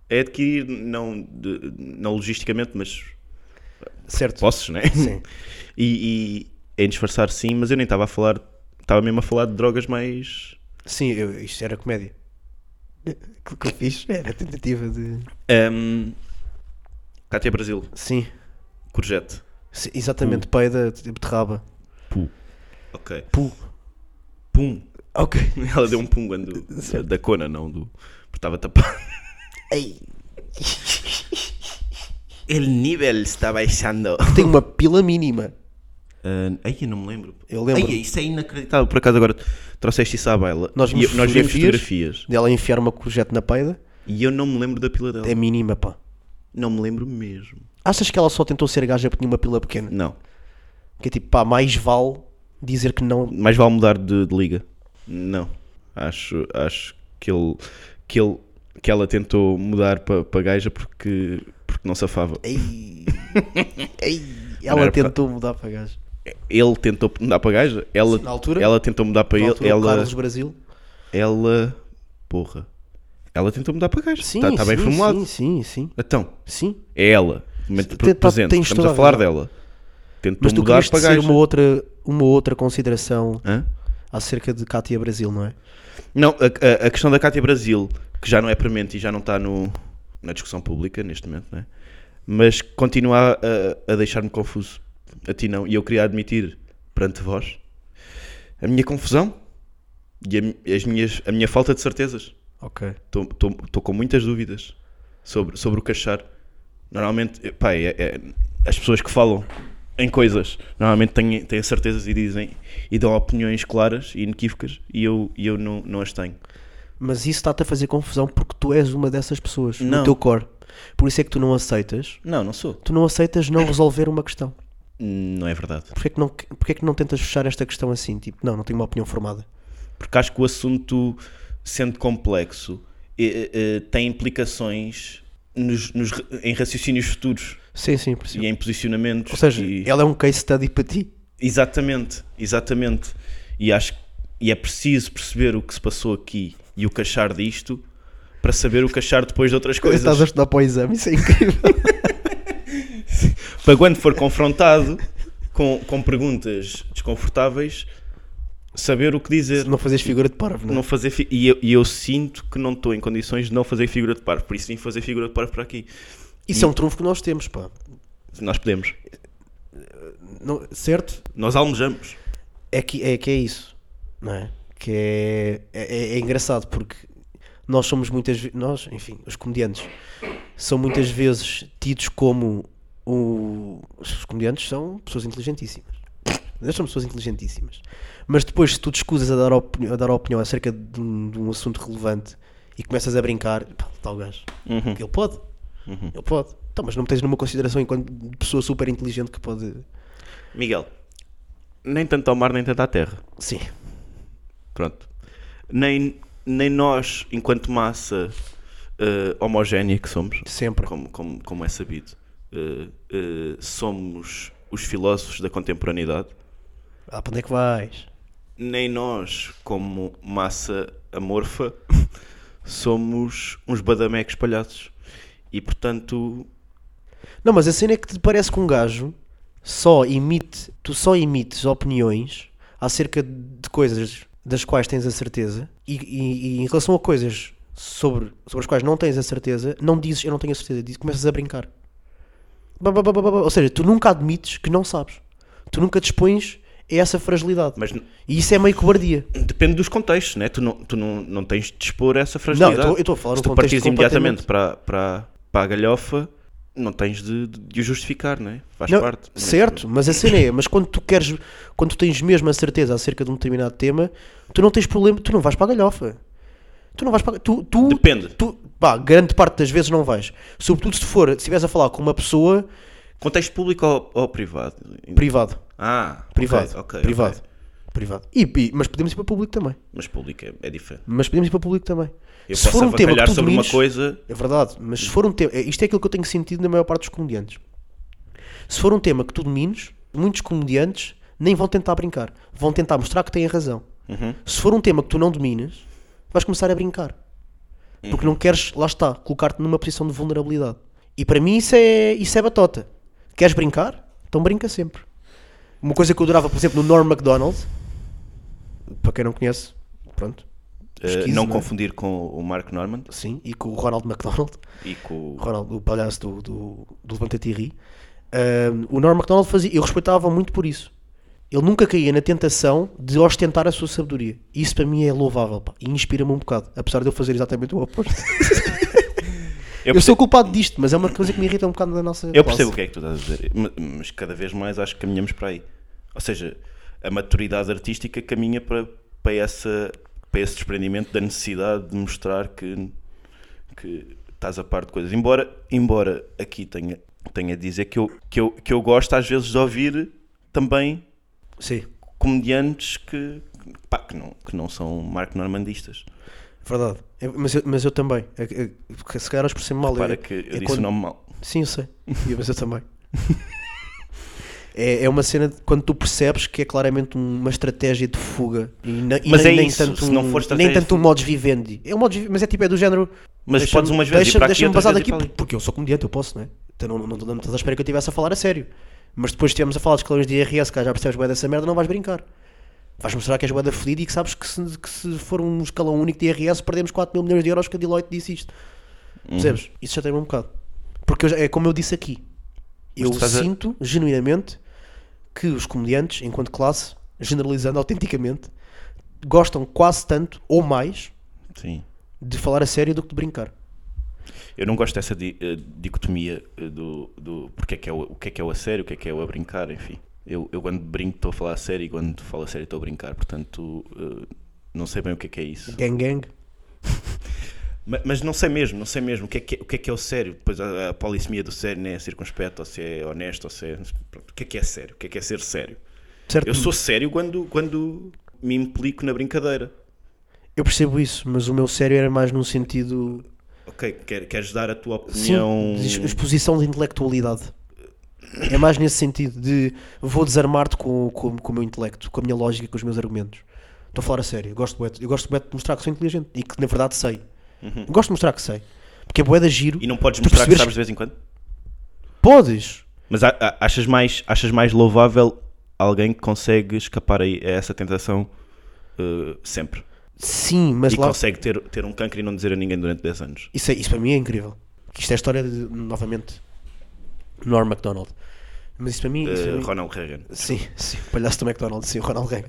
Speaker 4: É adquirir, não, de- não logisticamente, mas
Speaker 3: Certo?
Speaker 4: posses, né?
Speaker 3: Sim.
Speaker 4: E, e em disfarçar, sim, mas eu nem estava a falar. Estava mesmo a falar de drogas mais.
Speaker 3: Sim, eu, isto era comédia. O que eu fiz era a tentativa de.
Speaker 4: Um, Cátia Brasil,
Speaker 3: Sim,
Speaker 4: Corjete.
Speaker 3: sim, exatamente,
Speaker 4: Hum.
Speaker 3: peida, tipo de raba.
Speaker 4: Ok.
Speaker 3: Pu.
Speaker 4: Pum.
Speaker 3: Ok.
Speaker 4: Ela deu um pum quando. da- Da Cona, não do. Porque estava tapado.
Speaker 3: Ei,
Speaker 4: El nível está baixando.
Speaker 3: tem uma pila mínima.
Speaker 4: Ah, ai, eu não me lembro.
Speaker 3: Eu lembro.
Speaker 4: Ai, isso é inacreditável. Por acaso agora trouxeste isso à baila.
Speaker 3: Nós
Speaker 4: E
Speaker 3: vimos
Speaker 4: eu- nós vimos
Speaker 3: fotografias.
Speaker 4: fotografias.
Speaker 3: Dela enfiar uma corjete na peida
Speaker 4: E eu não me lembro da pila dela.
Speaker 3: é mínima, pá.
Speaker 4: Não me lembro mesmo.
Speaker 3: Achas que ela só tentou ser gaja porque tinha uma pila pequena?
Speaker 4: Não.
Speaker 3: Que é tipo, pá, mais vale dizer que não.
Speaker 4: Mais vale mudar de, de liga. Não. Acho, acho que ele, que ele que ela tentou mudar para pa gaja porque, porque não safava.
Speaker 3: Ei, ei,
Speaker 4: Não
Speaker 3: ela
Speaker 4: era pra-
Speaker 3: tentou mudar para gajo.
Speaker 4: Ele tentou mudar para gaja. Ela,
Speaker 3: Sim, na altura.
Speaker 4: ela tentou mudar para
Speaker 3: Na
Speaker 4: ele.
Speaker 3: altura, o
Speaker 4: ela, Tá
Speaker 3: Carlos Brasil.
Speaker 4: ela. Porra. Ela tentou mudar para gaja.
Speaker 3: Sim,
Speaker 4: Está tá bem
Speaker 3: sim,
Speaker 4: formulado.
Speaker 3: Sim, sim, sim.
Speaker 4: Então,
Speaker 3: Sim.
Speaker 4: é ela. Momento
Speaker 3: Tem- tá-
Speaker 4: presente.
Speaker 3: tens
Speaker 4: Estamos
Speaker 3: toda
Speaker 4: a
Speaker 3: a
Speaker 4: falar
Speaker 3: razão.
Speaker 4: dela. Tentou
Speaker 3: Mas tu
Speaker 4: mudar
Speaker 3: querias
Speaker 4: para
Speaker 3: dizer
Speaker 4: gaja.
Speaker 3: uma outra, uma outra consideração
Speaker 4: Hã?
Speaker 3: acerca de Cátia Brasil, não é?
Speaker 4: Não, a, a- a questão da Cátia Brasil, que já não é premente e já não está no, na discussão pública neste momento, não é? mas continua a, a deixar-me confuso. A ti não. E eu queria admitir perante vós a minha confusão e a, mi- as minhas, a minha falta de certezas.
Speaker 3: Ok.
Speaker 4: Estou com muitas dúvidas sobre, sobre o que achar. Normalmente, eh, pá, é- é- as pessoas que falam em coisas normalmente têm, têm certezas e dizem e dão opiniões claras e inequívocas e eu, e eu não, não as tenho.
Speaker 3: Mas isso está-te a fazer confusão porque tu és uma dessas pessoas,
Speaker 4: Não.
Speaker 3: no teu core. Por isso é que tu não aceitas.
Speaker 4: Não, não sou.
Speaker 3: Tu não aceitas não resolver uma questão.
Speaker 4: Não é verdade.
Speaker 3: Porquê é que não, porquê é que não tentas fechar esta questão assim? Tipo, não, não tenho uma opinião formada.
Speaker 4: Porque acho que o assunto, sendo complexo, eh, eh, eh, tem implicações nos, nos ra- em raciocínios futuros
Speaker 3: Sim, sim, percebo.
Speaker 4: e em posicionamentos.
Speaker 3: Ou seja,
Speaker 4: e-
Speaker 3: ela é um case study para ti.
Speaker 4: Exatamente, exatamente. E acho e é preciso perceber o que se passou aqui e o que achar disto para saber o que achar depois de outras coisas.
Speaker 3: Estás a estudar para o exame, isso é incrível.
Speaker 4: Para quando for confrontado com, com perguntas desconfortáveis, saber o que dizer.
Speaker 3: não fazes figura de parvo, não é?
Speaker 4: não fazer fi- e, eu, e eu sinto que não estou em condições de não fazer figura de parvo, por isso vim fazer figura de parvo para aqui.
Speaker 3: Isso é um trunfo que nós temos, pá.
Speaker 4: Nós podemos,
Speaker 3: Não- certo?
Speaker 4: nós almejamos.
Speaker 3: É que, é que é isso, não é? Que é, é, é- é engraçado porque nós somos muitas vezes, nós, enfim, os comediantes, são muitas vezes tidos como o, os comediantes são pessoas inteligentíssimas. Eles são pessoas inteligentíssimas. Mas depois, se tu te escusas a dar, opini- a dar opinião acerca de um, de um assunto relevante e começas a brincar, pá, tal gajo, ele pode, ele pode. Então, mas não me tens numa consideração enquanto pessoa super inteligente que pode.
Speaker 4: Miguel, nem tanto ao mar, nem tanto à terra.
Speaker 3: Sim,
Speaker 4: Pronto. Nem, nem nós, enquanto massa eh, homogénea que somos,
Speaker 3: sempre.
Speaker 4: como, como, como é sabido, eh, eh, somos os filósofos da contemporaneidade.
Speaker 3: Ah, para onde é que vais?
Speaker 4: Nem nós, como massa amorfa, somos uns badamecos palhaços. E portanto,
Speaker 3: Não, mas a cena é que te parece que um gajo só emite, tu só emites opiniões acerca de coisas das quais tens a certeza e, e- e em relação a coisas sobre, sobre as quais não tens a certeza, não dizes eu não tenho a certeza, dizes, começas a brincar. Ba, ba, ba, ba, ba, ba. Ou seja, tu nunca admites que não sabes. Tu nunca dispões a essa fragilidade.
Speaker 4: mas n-
Speaker 3: E isso é meio cobardia.
Speaker 4: depende dos contextos, né? tu, não, tu não, não tens de expor essa
Speaker 3: Não, eu
Speaker 4: fragilidade.
Speaker 3: estou- eu estou a falar
Speaker 4: Se
Speaker 3: num
Speaker 4: tu
Speaker 3: contexto
Speaker 4: partires
Speaker 3: completamente-
Speaker 4: imediatamente para, para, para a galhofa, não tens de, de, de o justificar, não é? Faz
Speaker 3: Não,
Speaker 4: parte.
Speaker 3: Certo, mas a cena é, mas quando tu queres, quando tu tens mesmo a certeza acerca de um determinado tema, tu não tens problema, tu não vais para a galhofa. Tu não vais para a- tu, tu
Speaker 4: Depende.
Speaker 3: Tu, pá, grande parte das vezes não vais. Sobretudo se for, se estiveres a falar com uma pessoa
Speaker 4: Contexto público ou, ou privado?
Speaker 3: privado,
Speaker 4: Ah,
Speaker 3: privado,
Speaker 4: ok, ok,
Speaker 3: privado,
Speaker 4: ok.
Speaker 3: privado. E, e- mas podemos ir para o público também.
Speaker 4: Mas público é, é diferente.
Speaker 3: Mas podemos ir para o público também.
Speaker 4: Eu
Speaker 3: Se for
Speaker 4: posso
Speaker 3: um tema que
Speaker 4: avacalhar
Speaker 3: tu
Speaker 4: sobre
Speaker 3: domines-
Speaker 4: uma coisa.
Speaker 3: É verdade, mas se for um tema. é- Isto é aquilo que eu tenho sentido na maior parte dos comediantes. Se for um tema que tu domines, muitos comediantes nem vão tentar brincar. Vão tentar mostrar que têm razão. Se for um tema que tu não dominas, vais começar a brincar. Porque não queres, lá está, colocar-te numa posição de vulnerabilidade. E para mim isso é, isso é batota. Queres brincar? Então brinca sempre. Uma coisa que eu adorava, por exemplo, no Norm MacDonald, para quem não conhece, pronto,
Speaker 4: eh,
Speaker 3: Esquizo,
Speaker 4: não
Speaker 3: não é?
Speaker 4: confundir com o Mark Norman
Speaker 3: sim, e com o Ronald MacDonald.
Speaker 4: e com o.
Speaker 3: Ronald, o palhaço do, do, do Levanta-te e Ri, ahm, o Norm MacDonald fazia, eu respeitava muito por isso. Ele nunca caía na tentação de ostentar a sua sabedoria. Isso para mim é louvável pá, e inspira-me um bocado, apesar de eu fazer exatamente o oposto. Eu, sou culpado disto, mas é uma coisa que me irrita um bocado na nossa.
Speaker 4: Eu
Speaker 3: classe.
Speaker 4: percebo o que é que tu estás a dizer, ma- mas cada vez mais acho que caminhamos para aí. Ou seja, a maturidade artística caminha para, para, essa, para esse desprendimento da necessidade de mostrar que, que estás a par de coisas. Embora, embora aqui tenha, tenha a dizer que eu, que, eu, que eu gosto às vezes de ouvir também é.
Speaker 3: Sim,
Speaker 4: comediantes que, pá, que, não, que não são Marco Normandistas.
Speaker 3: verdade. É, mas, eu, mas eu também. É, é, porque se calhar eu expressei-me mal.
Speaker 4: Para
Speaker 3: é-
Speaker 4: que eu
Speaker 3: é
Speaker 4: disse
Speaker 3: quando-
Speaker 4: o nome mal.
Speaker 3: Sim, eu sei. E- Mas eu também. É, é uma cena de quando tu percebes que é claramente uma estratégia de fuga e, na- e
Speaker 4: Mas
Speaker 3: nem,
Speaker 4: é
Speaker 3: nem
Speaker 4: isso,
Speaker 3: tanto
Speaker 4: se
Speaker 3: um,
Speaker 4: não for
Speaker 3: nem
Speaker 4: estratégia de
Speaker 3: tanto um modus vivendi. É um modus vivendi, mas é tipo, é do género.
Speaker 4: Mas
Speaker 3: deixa-me-
Speaker 4: podes umas vezes ir
Speaker 3: deixa-
Speaker 4: para aqui,
Speaker 3: Deixa-me
Speaker 4: outras
Speaker 3: basar
Speaker 4: vezes ir
Speaker 3: daqui
Speaker 4: para ali.
Speaker 3: porque eu sou comediante, eu posso, não é? Então não, não, não, não estás à espera que eu estivesse a falar a sério. Mas depois estivemos a falar dos escalões de IRS, cara, já percebes bem dessa merda, não vais brincar. Vais mostrar que és boeda fedida e que sabes que se, que se for um escalão único de IRS perdemos 4 mil milhões de euros que a Deloitte disse isto.
Speaker 4: Uhum.
Speaker 3: Percebes? Isso já tem um bocado. Porque eu já- é como eu disse aqui.
Speaker 4: Mas
Speaker 3: Eu
Speaker 4: tu estás a-
Speaker 3: sinto, genuinamente, que os comediantes, enquanto classe, generalizando autenticamente, gostam quase tanto, ou mais,
Speaker 4: Sim.
Speaker 3: de falar a sério do que de brincar.
Speaker 4: Eu não gosto dessa di- eh, dicotomia eh, do, do porque é que é o, o que é que é o a sério, o que é que é o a brincar, enfim. Eu, eu quando brinco estou a falar a sério e quando falo a sério estou a brincar, portanto eh, não sei bem o que é que é isso.
Speaker 3: Gang gang.
Speaker 4: Ma- Mas, não sei mesmo, não sei mesmo o que é que é o, que é, que é o sério. Depois a, a polissemia do sério, né? É circunspecto, ou se é honesto, ou se é. pronto, o que é que é sério? O que é que é ser sério?
Speaker 3: Certo?
Speaker 4: Eu sou sério quando, quando me implico na brincadeira.
Speaker 3: Eu percebo isso, mas o meu sério era mais num sentido.
Speaker 4: Ok, quer- queres dar a tua
Speaker 3: Sim,
Speaker 4: opinião.
Speaker 3: de ex- exposição de intelectualidade. É mais nesse sentido de vou desarmar-te com, com, com o meu intelecto, com a minha lógica, com os meus argumentos. Estou a falar a sério, eu gosto bué de, eu gosto bué de mostrar que sou inteligente e que na verdade sei. Eu gosto de mostrar que sei. Porque é bué de giro.
Speaker 4: Uhum. E não podes
Speaker 3: tu
Speaker 4: mostrar que
Speaker 3: perceberes
Speaker 4: sabes de vez em quando?
Speaker 3: Podes!
Speaker 4: Mas a- a- achas, mais, achas mais louvável alguém que consegue escapar a, a essa tentação eh, sempre?
Speaker 3: Sim, mas
Speaker 4: e
Speaker 3: lá.
Speaker 4: consegue ter, ter um cancro e não dizer a ninguém durante 10 anos?
Speaker 3: Isso, é- isso para mim é incrível. Que isto é a história de, novamente, Norm MacDonald. Mas isso para mim. isso
Speaker 4: Eh,
Speaker 3: para mim-
Speaker 4: Ronald Reagan.
Speaker 3: Sim, sim, o palhaço do McDonald's, sim, o Ronald Reagan.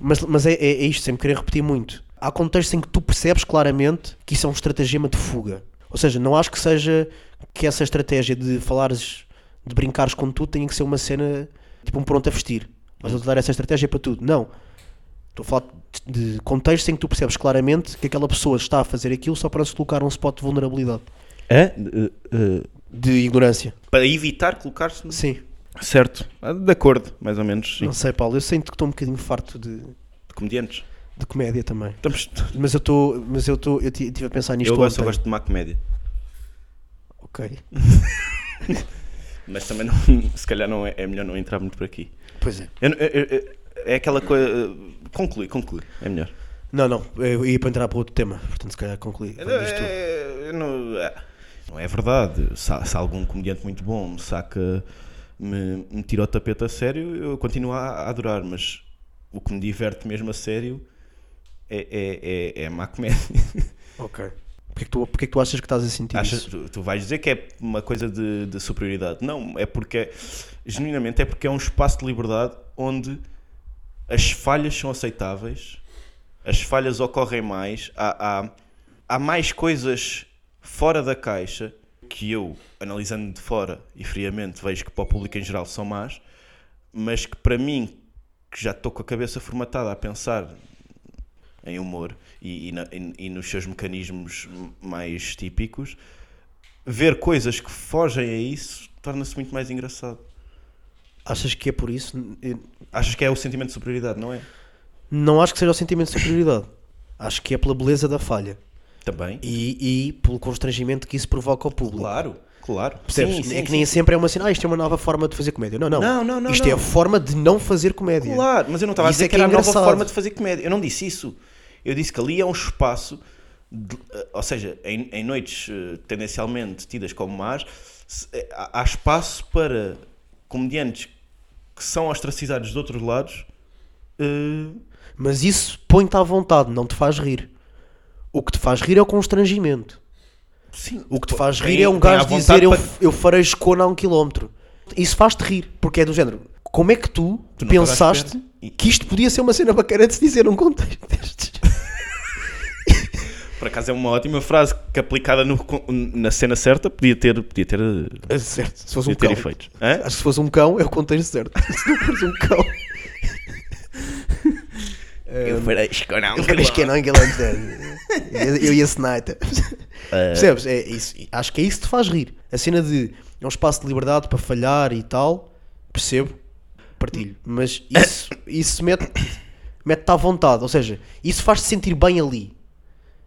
Speaker 3: mas mas é, é, é isto, sempre querer repetir muito. Há contextos em que tu percebes claramente que isso é um estratagema de fuga. Ou seja, não acho que seja que essa estratégia de falares, de brincares com tudo, tenha que ser uma cena, tipo um pronto a vestir. Mas eu te dar essa estratégia para tudo. Não. Estou a falar de de contextos em que tu percebes claramente que aquela pessoa está a fazer aquilo só para se colocar num spot de vulnerabilidade.
Speaker 4: É?
Speaker 3: De ignorância.
Speaker 4: para evitar colocar-se. no-
Speaker 3: Sim.
Speaker 4: Certo. Ah, De acordo, mais ou menos. Sim.
Speaker 3: Não sei, Paulo, eu sinto que estou um bocadinho farto de,
Speaker 4: De comediantes.
Speaker 3: de comédia também.
Speaker 4: Estamos...
Speaker 3: Mas eu estou, mas eu estou, eu estive a pensar nisto
Speaker 4: Eu
Speaker 3: ontem.
Speaker 4: gosto, eu gosto de má comédia.
Speaker 3: Ok.
Speaker 4: Mas também, não, se calhar, não é, é melhor não entrar muito por aqui.
Speaker 3: Pois é.
Speaker 4: Eu não- eu- eu- eu- é aquela coisa. eh, Conclui, conclui. É melhor.
Speaker 3: Não, não, eu ia para entrar para outro tema, portanto se calhar concluí.
Speaker 4: É,
Speaker 3: Diz tu.
Speaker 4: é, não, é, não é verdade. Se, há- se há algum comediante muito bom me saca, me, me tira o tapete a sério, eu continuo a, a adorar, mas o que me diverte mesmo a sério é, é, é, é má comédia.
Speaker 3: Ok. Porquê que, tu, porquê que tu achas que estás a sentir
Speaker 4: Achas,
Speaker 3: isso?
Speaker 4: tu, tu vais dizer que é uma coisa de, de superioridade. Não, é porque, é- genuinamente, é porque é um espaço de liberdade onde as falhas são aceitáveis, as falhas ocorrem mais, há, há, há mais coisas fora da caixa que eu, analisando de fora e friamente, vejo que para o público em geral são más, mas que para mim, que já estou com a cabeça formatada a pensar em humor e, e na- e- e nos seus mecanismos m- mais típicos, ver coisas que fogem a isso torna-se muito mais engraçado.
Speaker 3: Achas que é por isso? Eu
Speaker 4: Achas que é o sentimento de superioridade, não é?
Speaker 3: Não acho que seja o sentimento de superioridade. Acho que é pela beleza da falha.
Speaker 4: Também.
Speaker 3: e, e pelo constrangimento que isso provoca ao público.
Speaker 4: Claro, claro.
Speaker 3: Percebes?
Speaker 4: Sim, sim,
Speaker 3: é que
Speaker 4: sim.
Speaker 3: nem sempre é uma cena, ah, isto é uma nova forma de fazer comédia. Não, não.
Speaker 4: Não, não, não,
Speaker 3: isto é
Speaker 4: não.
Speaker 3: a forma de não fazer comédia.
Speaker 4: Claro, mas eu não estava a
Speaker 3: Isso
Speaker 4: dizer
Speaker 3: assim, é
Speaker 4: que
Speaker 3: que é
Speaker 4: era a nova
Speaker 3: engraçado.
Speaker 4: forma de fazer comédia. Eu não disse isso. Eu disse que ali é um espaço, de- eh, ou seja, em, em noites eh, tendencialmente tidas como más, se- eh, há, há espaço para comediantes que são ostracizados de outros lados. eh,
Speaker 3: Mas isso põe-te à vontade, não te faz rir. O que te faz rir é o constrangimento.
Speaker 4: sim,
Speaker 3: O que te faz
Speaker 4: Tem-
Speaker 3: rir é um
Speaker 4: tem à
Speaker 3: gajo
Speaker 4: vontade
Speaker 3: dizer eu,
Speaker 4: para-
Speaker 3: eu farei escona a um quilómetro. Isso faz-te rir, porque é do género. Como é que tu,
Speaker 4: Tu não
Speaker 3: pensaste
Speaker 4: paraste perto?
Speaker 3: que isto podia ser uma cena bacana de se dizer num contexto destes?
Speaker 4: Por acaso é uma ótima frase que aplicada no con- na cena certa podia ter, podia ter, eh,
Speaker 3: É certo, se fosse um
Speaker 4: podia ter
Speaker 3: cão.
Speaker 4: efeitos. Hã?
Speaker 3: Acho que se fosse um cão, é o contexto certo. Se não fosse um cão,
Speaker 4: Eu farei escona a um
Speaker 3: eu farei
Speaker 4: quilómetro.
Speaker 3: escona a um quilómetro. é. Eu e a Sniper. Percebes? É isso. Acho que é isso que te faz rir. A cena de é um espaço de liberdade para falhar e tal, percebo, partilho. Mas isso, isso mete- mete-te à vontade. Ou seja, isso faz-te sentir bem ali.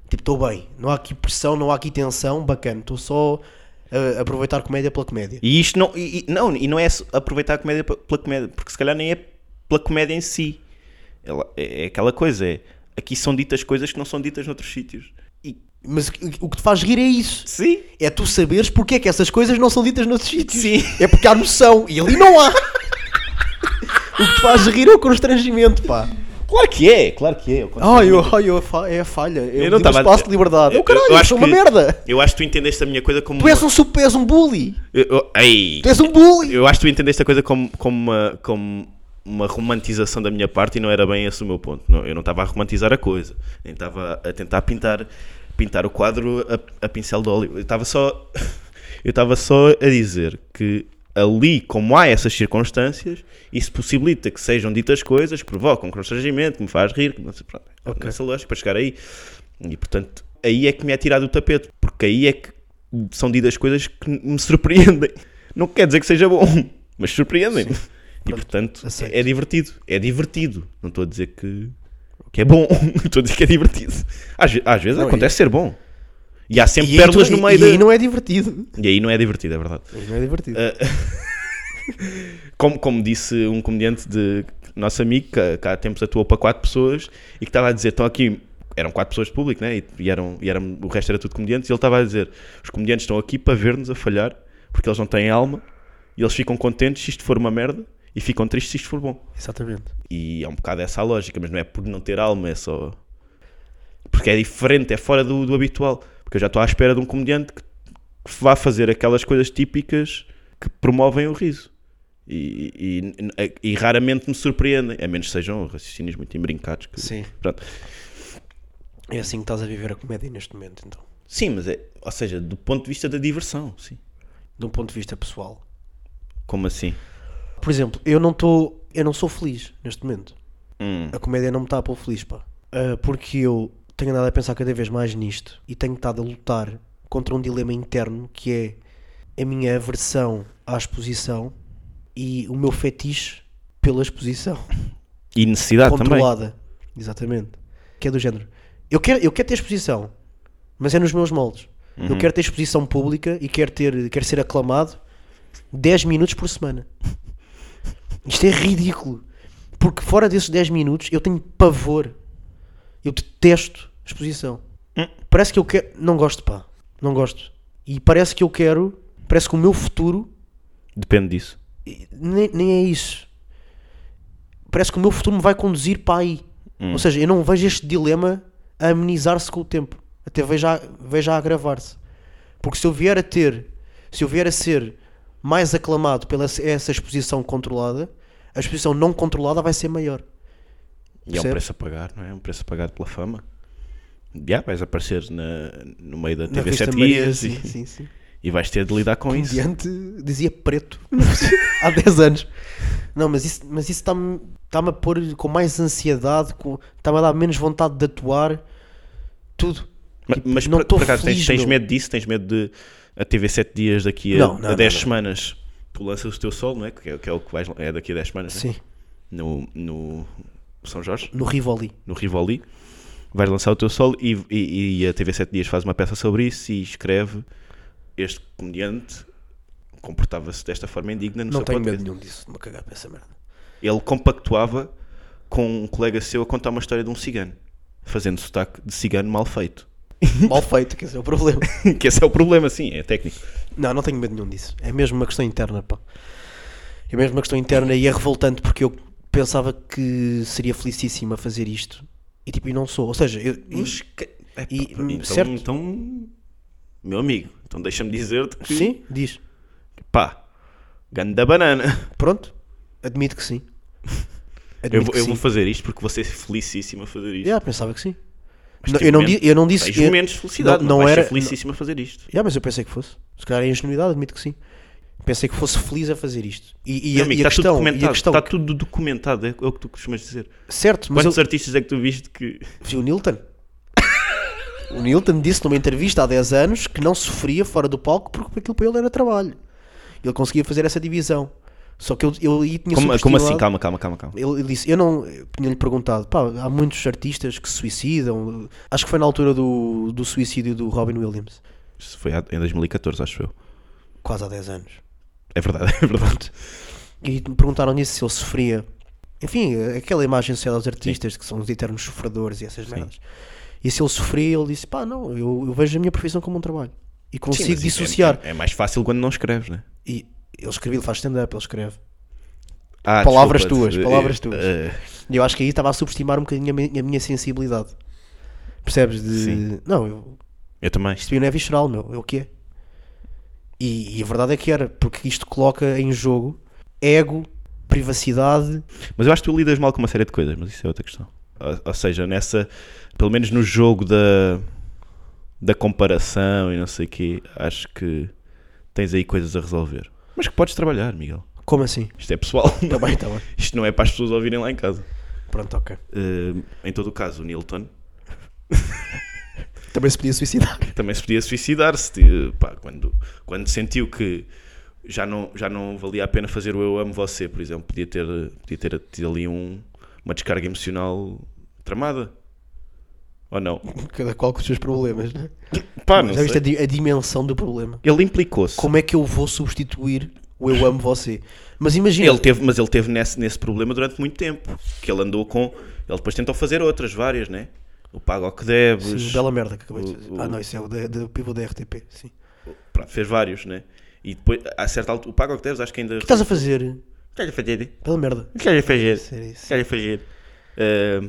Speaker 3: Tipo, estou bem. Não há aqui pressão, não há aqui tensão. Bacana. Estou só a aproveitar comédia pela comédia.
Speaker 4: E isto não, e, e- não, e não é só aproveitar a comédia pe- pela comédia, porque se calhar nem é pela comédia em si. Ela- é é aquela coisa, é aqui são ditas coisas que não são ditas noutros sítios. E
Speaker 3: Mas o que te faz rir é isso.
Speaker 4: sim,
Speaker 3: É tu saberes porque é que essas coisas não são ditas noutros sítios.
Speaker 4: Sim.
Speaker 3: É porque há noção. E ali não há. o que te faz rir é o constrangimento, pá.
Speaker 4: claro que é, claro que é.
Speaker 3: Ai, eu, ai, eu, a fa- é a falha. Eu,
Speaker 4: Eu
Speaker 3: eu
Speaker 4: não tava a
Speaker 3: espaço
Speaker 4: dizer-
Speaker 3: de liberdade. Eu, caralho, eu, sou uma
Speaker 4: que-
Speaker 3: merda.
Speaker 4: Eu acho que tu entendeste a minha coisa como.
Speaker 3: Tu és um, super, és um bully.
Speaker 4: eu, eu- ei,
Speaker 3: Tu és um bully.
Speaker 4: eu acho que tu entendeste a coisa como, como, uma, como uma romantização da minha parte e não era bem esse o meu ponto. Não, eu não estava a romantizar a coisa, nem estava a tentar pintar, pintar o quadro a, a pincel de óleo. Eu estava só, eu estava só a dizer que ali, como há essas circunstâncias, isso possibilita que sejam ditas coisas que provocam constrangimento, que me faz rir, que não sei, pronto, nessa lógica para chegar aí. E portanto, aí é que me é tirado do tapete, porque aí é que são ditas coisas que me surpreendem. Não quer dizer que seja bom, mas surpreendem-me. E portanto,
Speaker 3: aceito.
Speaker 4: é, é divertido. É divertido. Não estou a dizer que, que é bom, estou a dizer que é divertido. Às, ve- às vezes
Speaker 3: Não, é-
Speaker 4: acontece ser bom. E há sempre
Speaker 3: E aí
Speaker 4: pérolas
Speaker 3: tu-
Speaker 4: no meio
Speaker 3: e, e aí
Speaker 4: da.
Speaker 3: não é divertido.
Speaker 4: E aí não é divertido, é verdade.
Speaker 3: Aí não é divertido.
Speaker 4: Como, como disse um comediante de nosso amigo, que, que há tempos atuou para quatro pessoas e que estava a dizer: estão aqui. Eram quatro pessoas de público, né? E, e eram, e eram, o resto era tudo comediantes. E ele estava a dizer: os comediantes estão aqui para ver-nos a falhar porque eles não têm alma e eles ficam contentes se isto for uma merda e ficam tristes se isto for bom.
Speaker 3: Exatamente.
Speaker 4: E é um bocado essa a lógica, mas não é por não ter alma, é só. Porque é diferente, é fora do, do habitual. Porque eu já estou à espera de um comediante que, que vá fazer aquelas coisas típicas que promovem o riso. E, e- e- e raramente me surpreendem, a menos que sejam raciocínios muito embrincados. que-
Speaker 3: Sim.
Speaker 4: Pronto.
Speaker 3: É assim que estás a viver a comédia neste momento, então.
Speaker 4: Sim, mas é. Ou seja, do ponto de vista da diversão, sim.
Speaker 3: De um ponto de vista pessoal.
Speaker 4: Como assim?
Speaker 3: Por exemplo, eu não estou. Eu não sou feliz neste momento.
Speaker 4: Hum.
Speaker 3: A comédia não me está a pôr feliz, pá. Ah, porque eu tenho andado a pensar cada vez mais nisto e tenho estado a lutar contra um dilema interno que é a minha aversão à exposição e o meu fetiche pela exposição
Speaker 4: E necessidade também.
Speaker 3: controlada. Exatamente. Que é do género. Eu quero, eu quero ter exposição, mas é nos meus moldes.
Speaker 4: Uhum.
Speaker 3: Eu quero ter exposição pública e quero, ter, quero ser aclamado 10 minutos por semana. Isto é ridículo. Porque fora desses 10 minutos eu tenho pavor. Eu detesto exposição.
Speaker 4: Hum.
Speaker 3: Parece que eu quero. Não gosto, pá. Não gosto. E parece que eu quero. Parece que o meu futuro
Speaker 4: Depende disso.
Speaker 3: nem, nem é isso. Parece que o meu futuro me vai conduzir para aí. Ou seja, eu não vejo este dilema a amenizar-se com o tempo. Até vejo a, vejo a agravar-se. Porque se eu vier a ter, se eu vier a ser mais aclamado pela essa- essa exposição controlada, a exposição não controlada vai ser maior.
Speaker 4: E é um
Speaker 3: Percebes?
Speaker 4: preço a pagar, não é? Um preço a pagar pela fama. Já vais aparecer na, no meio da
Speaker 3: Na
Speaker 4: TV
Speaker 3: revista
Speaker 4: 7
Speaker 3: Maria,
Speaker 4: dias
Speaker 3: sim,
Speaker 4: e,
Speaker 3: sim, Tipo, sim.
Speaker 4: e vais ter de lidar com isso.
Speaker 3: Diante dizia preto há 10 anos. Não, mas isso mas isso está-me está-me a pôr com mais ansiedade, com- está-me a dar menos vontade de atuar, tudo.
Speaker 4: Ma- Mas,
Speaker 3: Tipo,
Speaker 4: por,
Speaker 3: tô
Speaker 4: por acaso tens,
Speaker 3: feliz,
Speaker 4: tens
Speaker 3: meu.
Speaker 4: medo disso? Tens medo de a TV 7 dias daqui a,
Speaker 3: Não, não,
Speaker 4: a
Speaker 3: não,
Speaker 4: 10
Speaker 3: não.
Speaker 4: semanas tu lanças o teu solo, não é? Que é, que é o que vais, é daqui a 10 semanas, né?
Speaker 3: Sim,
Speaker 4: No, no São Jorge,
Speaker 3: no Rivoli.
Speaker 4: no Rivoli. vais lançar o teu solo e, e, e a TV 7 Dias faz uma peça sobre isso e escreve este comediante comportava-se desta forma indigna no
Speaker 3: Não
Speaker 4: seu
Speaker 3: tenho medo
Speaker 4: podcast.
Speaker 3: nenhum disso, de me cagar para essa merda.
Speaker 4: Ele compactuava com um colega seu a contar uma história de um cigano, fazendo sotaque de cigano mal feito.
Speaker 3: Mal feito, que esse é o problema.
Speaker 4: que esse é o problema, sim, é técnico.
Speaker 3: Não, não tenho medo nenhum disso. É mesmo uma questão interna, pá. É mesmo uma questão interna e é revoltante porque eu pensava que seria felicíssimo a fazer isto e tipo, e não sou. Ou seja, eu. e- e-
Speaker 4: então,
Speaker 3: É, certo?
Speaker 4: então, meu amigo, então deixa-me dizer-te que,
Speaker 3: Sim, diz.
Speaker 4: pá, ganda banana.
Speaker 3: Pronto, admito que sim.
Speaker 4: Eu,
Speaker 3: Admito
Speaker 4: vou-
Speaker 3: que
Speaker 4: eu
Speaker 3: sim.
Speaker 4: vou fazer isto porque você é felicíssimo a fazer isto.
Speaker 3: Yeah, pensava que sim.
Speaker 4: Mas
Speaker 3: Não,
Speaker 4: tem
Speaker 3: eu, não
Speaker 4: momentos-
Speaker 3: di- eu não disse.
Speaker 4: Tens
Speaker 3: eu-
Speaker 4: momentos de felicidade, não, vais ser felicíssimo a fazer isto.
Speaker 3: Yeah, mas eu pensei que fosse. Se calhar é ingenuidade, admito que sim. Pensei que fosse feliz a fazer isto. E, e
Speaker 4: Meu
Speaker 3: a,
Speaker 4: amigo,
Speaker 3: e a
Speaker 4: está tudo tá
Speaker 3: questão, e
Speaker 4: documentado,
Speaker 3: a questão
Speaker 4: está tudo documentado, é o que tu costumas dizer.
Speaker 3: certo, mas eu,
Speaker 4: Quantos artistas é que tu viste que...
Speaker 3: vi o Nilton. o Nilton disse numa entrevista há 10 anos que não sofria fora do palco porque aquilo para ele era trabalho. Ele conseguia fazer essa divisão. Só que eu, eu aí tinha
Speaker 4: Como, como assim?
Speaker 3: subestimado-
Speaker 4: Calma, calma, calma, calma.
Speaker 3: Ele, ele disse, eu não eu tinha-lhe perguntado, pá, há muitos artistas que se suicidam. Acho que foi na altura do, do suicídio do Robin Williams,
Speaker 4: Isso foi há- em 2014, acho eu.
Speaker 3: quase há 10 anos.
Speaker 4: É verdade, é verdade.
Speaker 3: E me perguntaram nisso se ele sofria. Enfim, aquela imagem social dos artistas que são os eternos sofredores e essas merdas. E se ele sofria, ele disse: pá, não, eu, eu vejo a minha profissão como um trabalho e consigo
Speaker 4: Sim, mas isso é-
Speaker 3: dissociar.
Speaker 4: É, é mais fácil quando não escreves, né?
Speaker 3: E ele escreve, ele faz stand-up, ele escreve.
Speaker 4: Ah,
Speaker 3: Palavras
Speaker 4: desculpa,
Speaker 3: tuas,
Speaker 4: eh,
Speaker 3: palavras tuas.
Speaker 4: eh,
Speaker 3: E eu acho que aí estava a subestimar um bocadinho a mi- a minha, sensibilidade. Percebes? De...
Speaker 4: Sim.
Speaker 3: Não, eu,
Speaker 4: eu também.
Speaker 3: isto não é visceral, meu, é o que é. E, e a verdade é que era, porque isto coloca em jogo ego, privacidade.
Speaker 4: Mas eu acho que tu lidas mal com uma série de coisas, mas isso é outra questão. Ou, ou seja, nessa, pelo menos no jogo da, da comparação e não sei o quê, acho que tens aí coisas a resolver. Mas que podes trabalhar, Miguel.
Speaker 3: Como assim?
Speaker 4: Isto é pessoal.
Speaker 3: Está bem, está bem.
Speaker 4: Isto não é para as pessoas ouvirem lá em casa.
Speaker 3: Pronto, ok.
Speaker 4: Eh, em todo o caso, o Nilton
Speaker 3: Também se podia suicidar.
Speaker 4: também se podia suicidar se ti- pá, quando, quando sentiu que já não, já não valia a pena fazer o Eu Amo Você, por exemplo, podia ter, podia ter tido ali um, uma descarga emocional tramada. Ou não?
Speaker 3: Cada qual com os seus problemas, né?
Speaker 4: Pá, Ah, não
Speaker 3: Já viste a,
Speaker 4: sei.
Speaker 3: di- a dimensão do problema?
Speaker 4: Ele implicou-se.
Speaker 3: Como é que eu vou substituir o eu amo você? Mas imagina,
Speaker 4: Ele teve, mas ele teve nesse, nesse problema durante muito tempo. Que ele andou com. Ele depois tentou fazer outras, várias, né? O pago ao que deves.
Speaker 3: Sim, bela merda que acabei de fazer.
Speaker 4: o-
Speaker 3: Ah, não, isso é o da, da pivô da RTP. Sim. O
Speaker 4: Pronto, fez vários, né? E depois, a certa altura, o pago ao que deves, acho que ainda.
Speaker 3: que estás a fazer?
Speaker 4: Estás a fazer?
Speaker 3: Bela merda.
Speaker 4: Queres fazer?
Speaker 3: Ser isso.
Speaker 4: Queres fazer? Ah,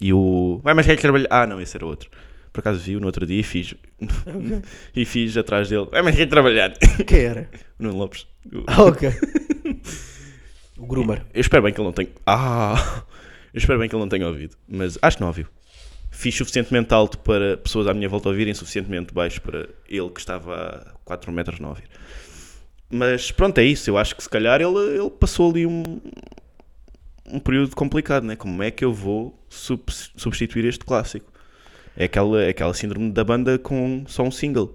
Speaker 4: e o. Vai, mas queres trabalhar? Ah, não, esse era outro. Por acaso vi-o no outro dia e fiz. e fiz atrás dele. Vai, mas queres trabalhar?
Speaker 3: Quem era?
Speaker 4: O Nuno Lopes. O-
Speaker 3: Ah, ok. o Grumar.
Speaker 4: Eu espero bem que ele não tenha. Ah! Eu espero bem que ele não tenha ouvido. Mas acho que não ouviu. Fiz suficientemente alto para pessoas à minha volta ouvirem, suficientemente baixo para ele que estava a 4 metros não ouvir. Mas pronto, é isso. Eu acho que se calhar ele, ele passou ali um, um período complicado, né? Como é que eu vou sub- substituir este clássico? É aquela, é aquela síndrome da banda com só um single.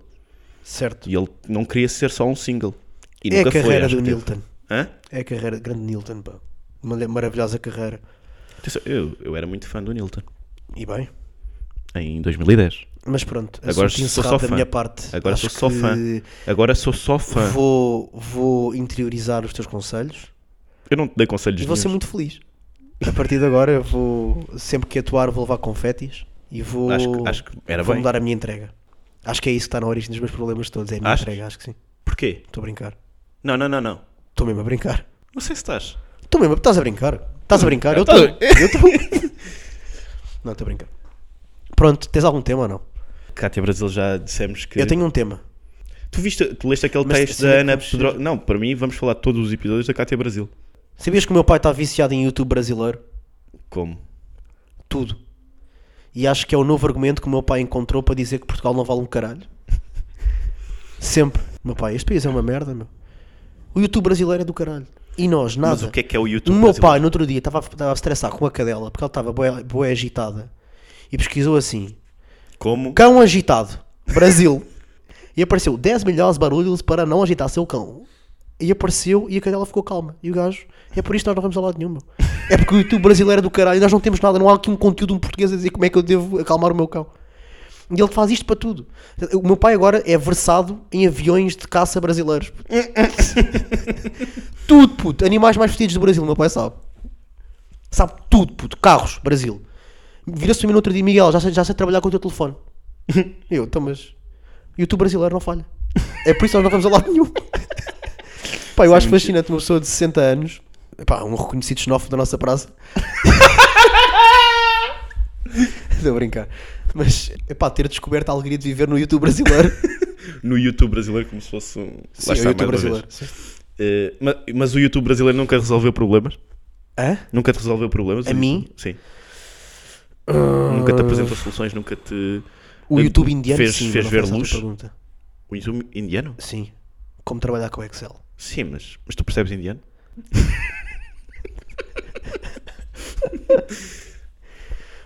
Speaker 3: Certo.
Speaker 4: E ele não queria ser só um single. E
Speaker 3: É a
Speaker 4: nunca foi.
Speaker 3: carreira
Speaker 4: acho
Speaker 3: do
Speaker 4: que teve.
Speaker 3: Nilton.
Speaker 4: Hã?
Speaker 3: É a carreira de grande Nilton, pá. Uma le- maravilhosa carreira.
Speaker 4: Atenção, Eu, eu era muito fã do Nilton.
Speaker 3: E bem.
Speaker 4: em 2010.
Speaker 3: Mas pronto,
Speaker 4: Agora
Speaker 3: assunto
Speaker 4: sou só
Speaker 3: encerrado da
Speaker 4: fã.
Speaker 3: minha parte.
Speaker 4: Agora
Speaker 3: Acho
Speaker 4: sou só
Speaker 3: que
Speaker 4: fã. Agora sou só fã.
Speaker 3: Vou, vou interiorizar os teus conselhos.
Speaker 4: Eu não te dei conselhos
Speaker 3: E vou ser
Speaker 4: nenhuns.
Speaker 3: muito feliz. A partir de agora, eu vou sempre que atuar, vou levar confetis e vou,
Speaker 4: Acho que- acho que era
Speaker 3: vou
Speaker 4: bem.
Speaker 3: mudar a minha entrega. Acho que é isso que está na origem dos meus problemas todos. É a minha
Speaker 4: Achas?
Speaker 3: entrega, acho que sim.
Speaker 4: Porquê?
Speaker 3: Estou a brincar.
Speaker 4: Não, não, não, não.
Speaker 3: Estou mesmo a brincar.
Speaker 4: Não sei se estás.
Speaker 3: Estou mesmo, estás a brincar? Estás a brincar? Eu estou.
Speaker 4: Estás a-
Speaker 3: Eu estou. Não, estou a brincar. Pronto, tens algum tema ou não?
Speaker 4: Cátia Brasil já dissemos que.
Speaker 3: Eu tenho um tema.
Speaker 4: Tu, viste, tu leste aquele
Speaker 3: Mas
Speaker 4: texto
Speaker 3: sim,
Speaker 4: da Ana
Speaker 3: vamos ser-
Speaker 4: Pedro... Não, para mim vamos falar de todos os episódios da Cátia Brasil.
Speaker 3: Sabias que o meu pai está viciado em YouTube brasileiro?
Speaker 4: Como?
Speaker 3: Tudo. E acho que é o novo argumento que o meu pai encontrou para dizer que Portugal não vale um caralho. Sempre. Meu pai, este país é uma merda, meu. O YouTube brasileiro é do caralho. E nós, nada.
Speaker 4: Mas o que é que é o
Speaker 3: O
Speaker 4: YouTube?
Speaker 3: meu
Speaker 4: brasileiro?
Speaker 3: pai, no outro dia, estava a- estava a estressar com a cadela, porque ela estava boa, agitada. E pesquisou assim,
Speaker 4: Como?
Speaker 3: cão agitado, Brasil. e apareceu 10 milhões de barulhos para não agitar seu cão. E apareceu e a cadela ficou calma. E o gajo, é por isto que nós não vamos a lado nenhum, meu. É porque o YouTube brasileiro é do caralho e nós não temos nada, não há aqui um conteúdo um português a dizer como é que eu devo acalmar o meu cão. E ele faz isto para tudo. O meu pai agora é versado em aviões de caça brasileiros. puto. tudo, puto. Animais mais vestidos do Brasil, meu pai sabe. Sabe tudo, puto. Carros, Brasil. Vira-se para mim no outro dia, Miguel, já sei, já sei trabalhar com o teu telefone. Eu, então, mas. YouTube brasileiro não falha. É por isso que nós não vamos a lado nenhum. Pá, eu acho fascinante uma pessoa de 60 anos, pá, um reconhecido xenófobo da nossa praça. Estou a brincar. Mas, pá, ter descoberto a alegria de viver no YouTube brasileiro.
Speaker 4: No YouTube brasileiro, como se fosse um. Lá
Speaker 3: Sim, é o
Speaker 4: está,
Speaker 3: YouTube
Speaker 4: mais uma
Speaker 3: brasileiro.
Speaker 4: vez.
Speaker 3: Sim.
Speaker 4: Eh, ma- mas, o YouTube brasileiro nunca resolveu problemas?
Speaker 3: Hã?
Speaker 4: Nunca te resolveu problemas?
Speaker 3: A
Speaker 4: o
Speaker 3: mim?
Speaker 4: YouTube? Sim. Nunca te apresentou soluções, nunca te.
Speaker 3: O
Speaker 4: Eh,
Speaker 3: YouTube indiano
Speaker 4: fez,
Speaker 3: sim,
Speaker 4: fez
Speaker 3: mas não
Speaker 4: ver
Speaker 3: foi essa a tua
Speaker 4: luz?
Speaker 3: pergunta.
Speaker 4: O YouTube indiano?
Speaker 3: Sim. Como trabalhar com Excel.
Speaker 4: Sim, mas, mas tu percebes indiano?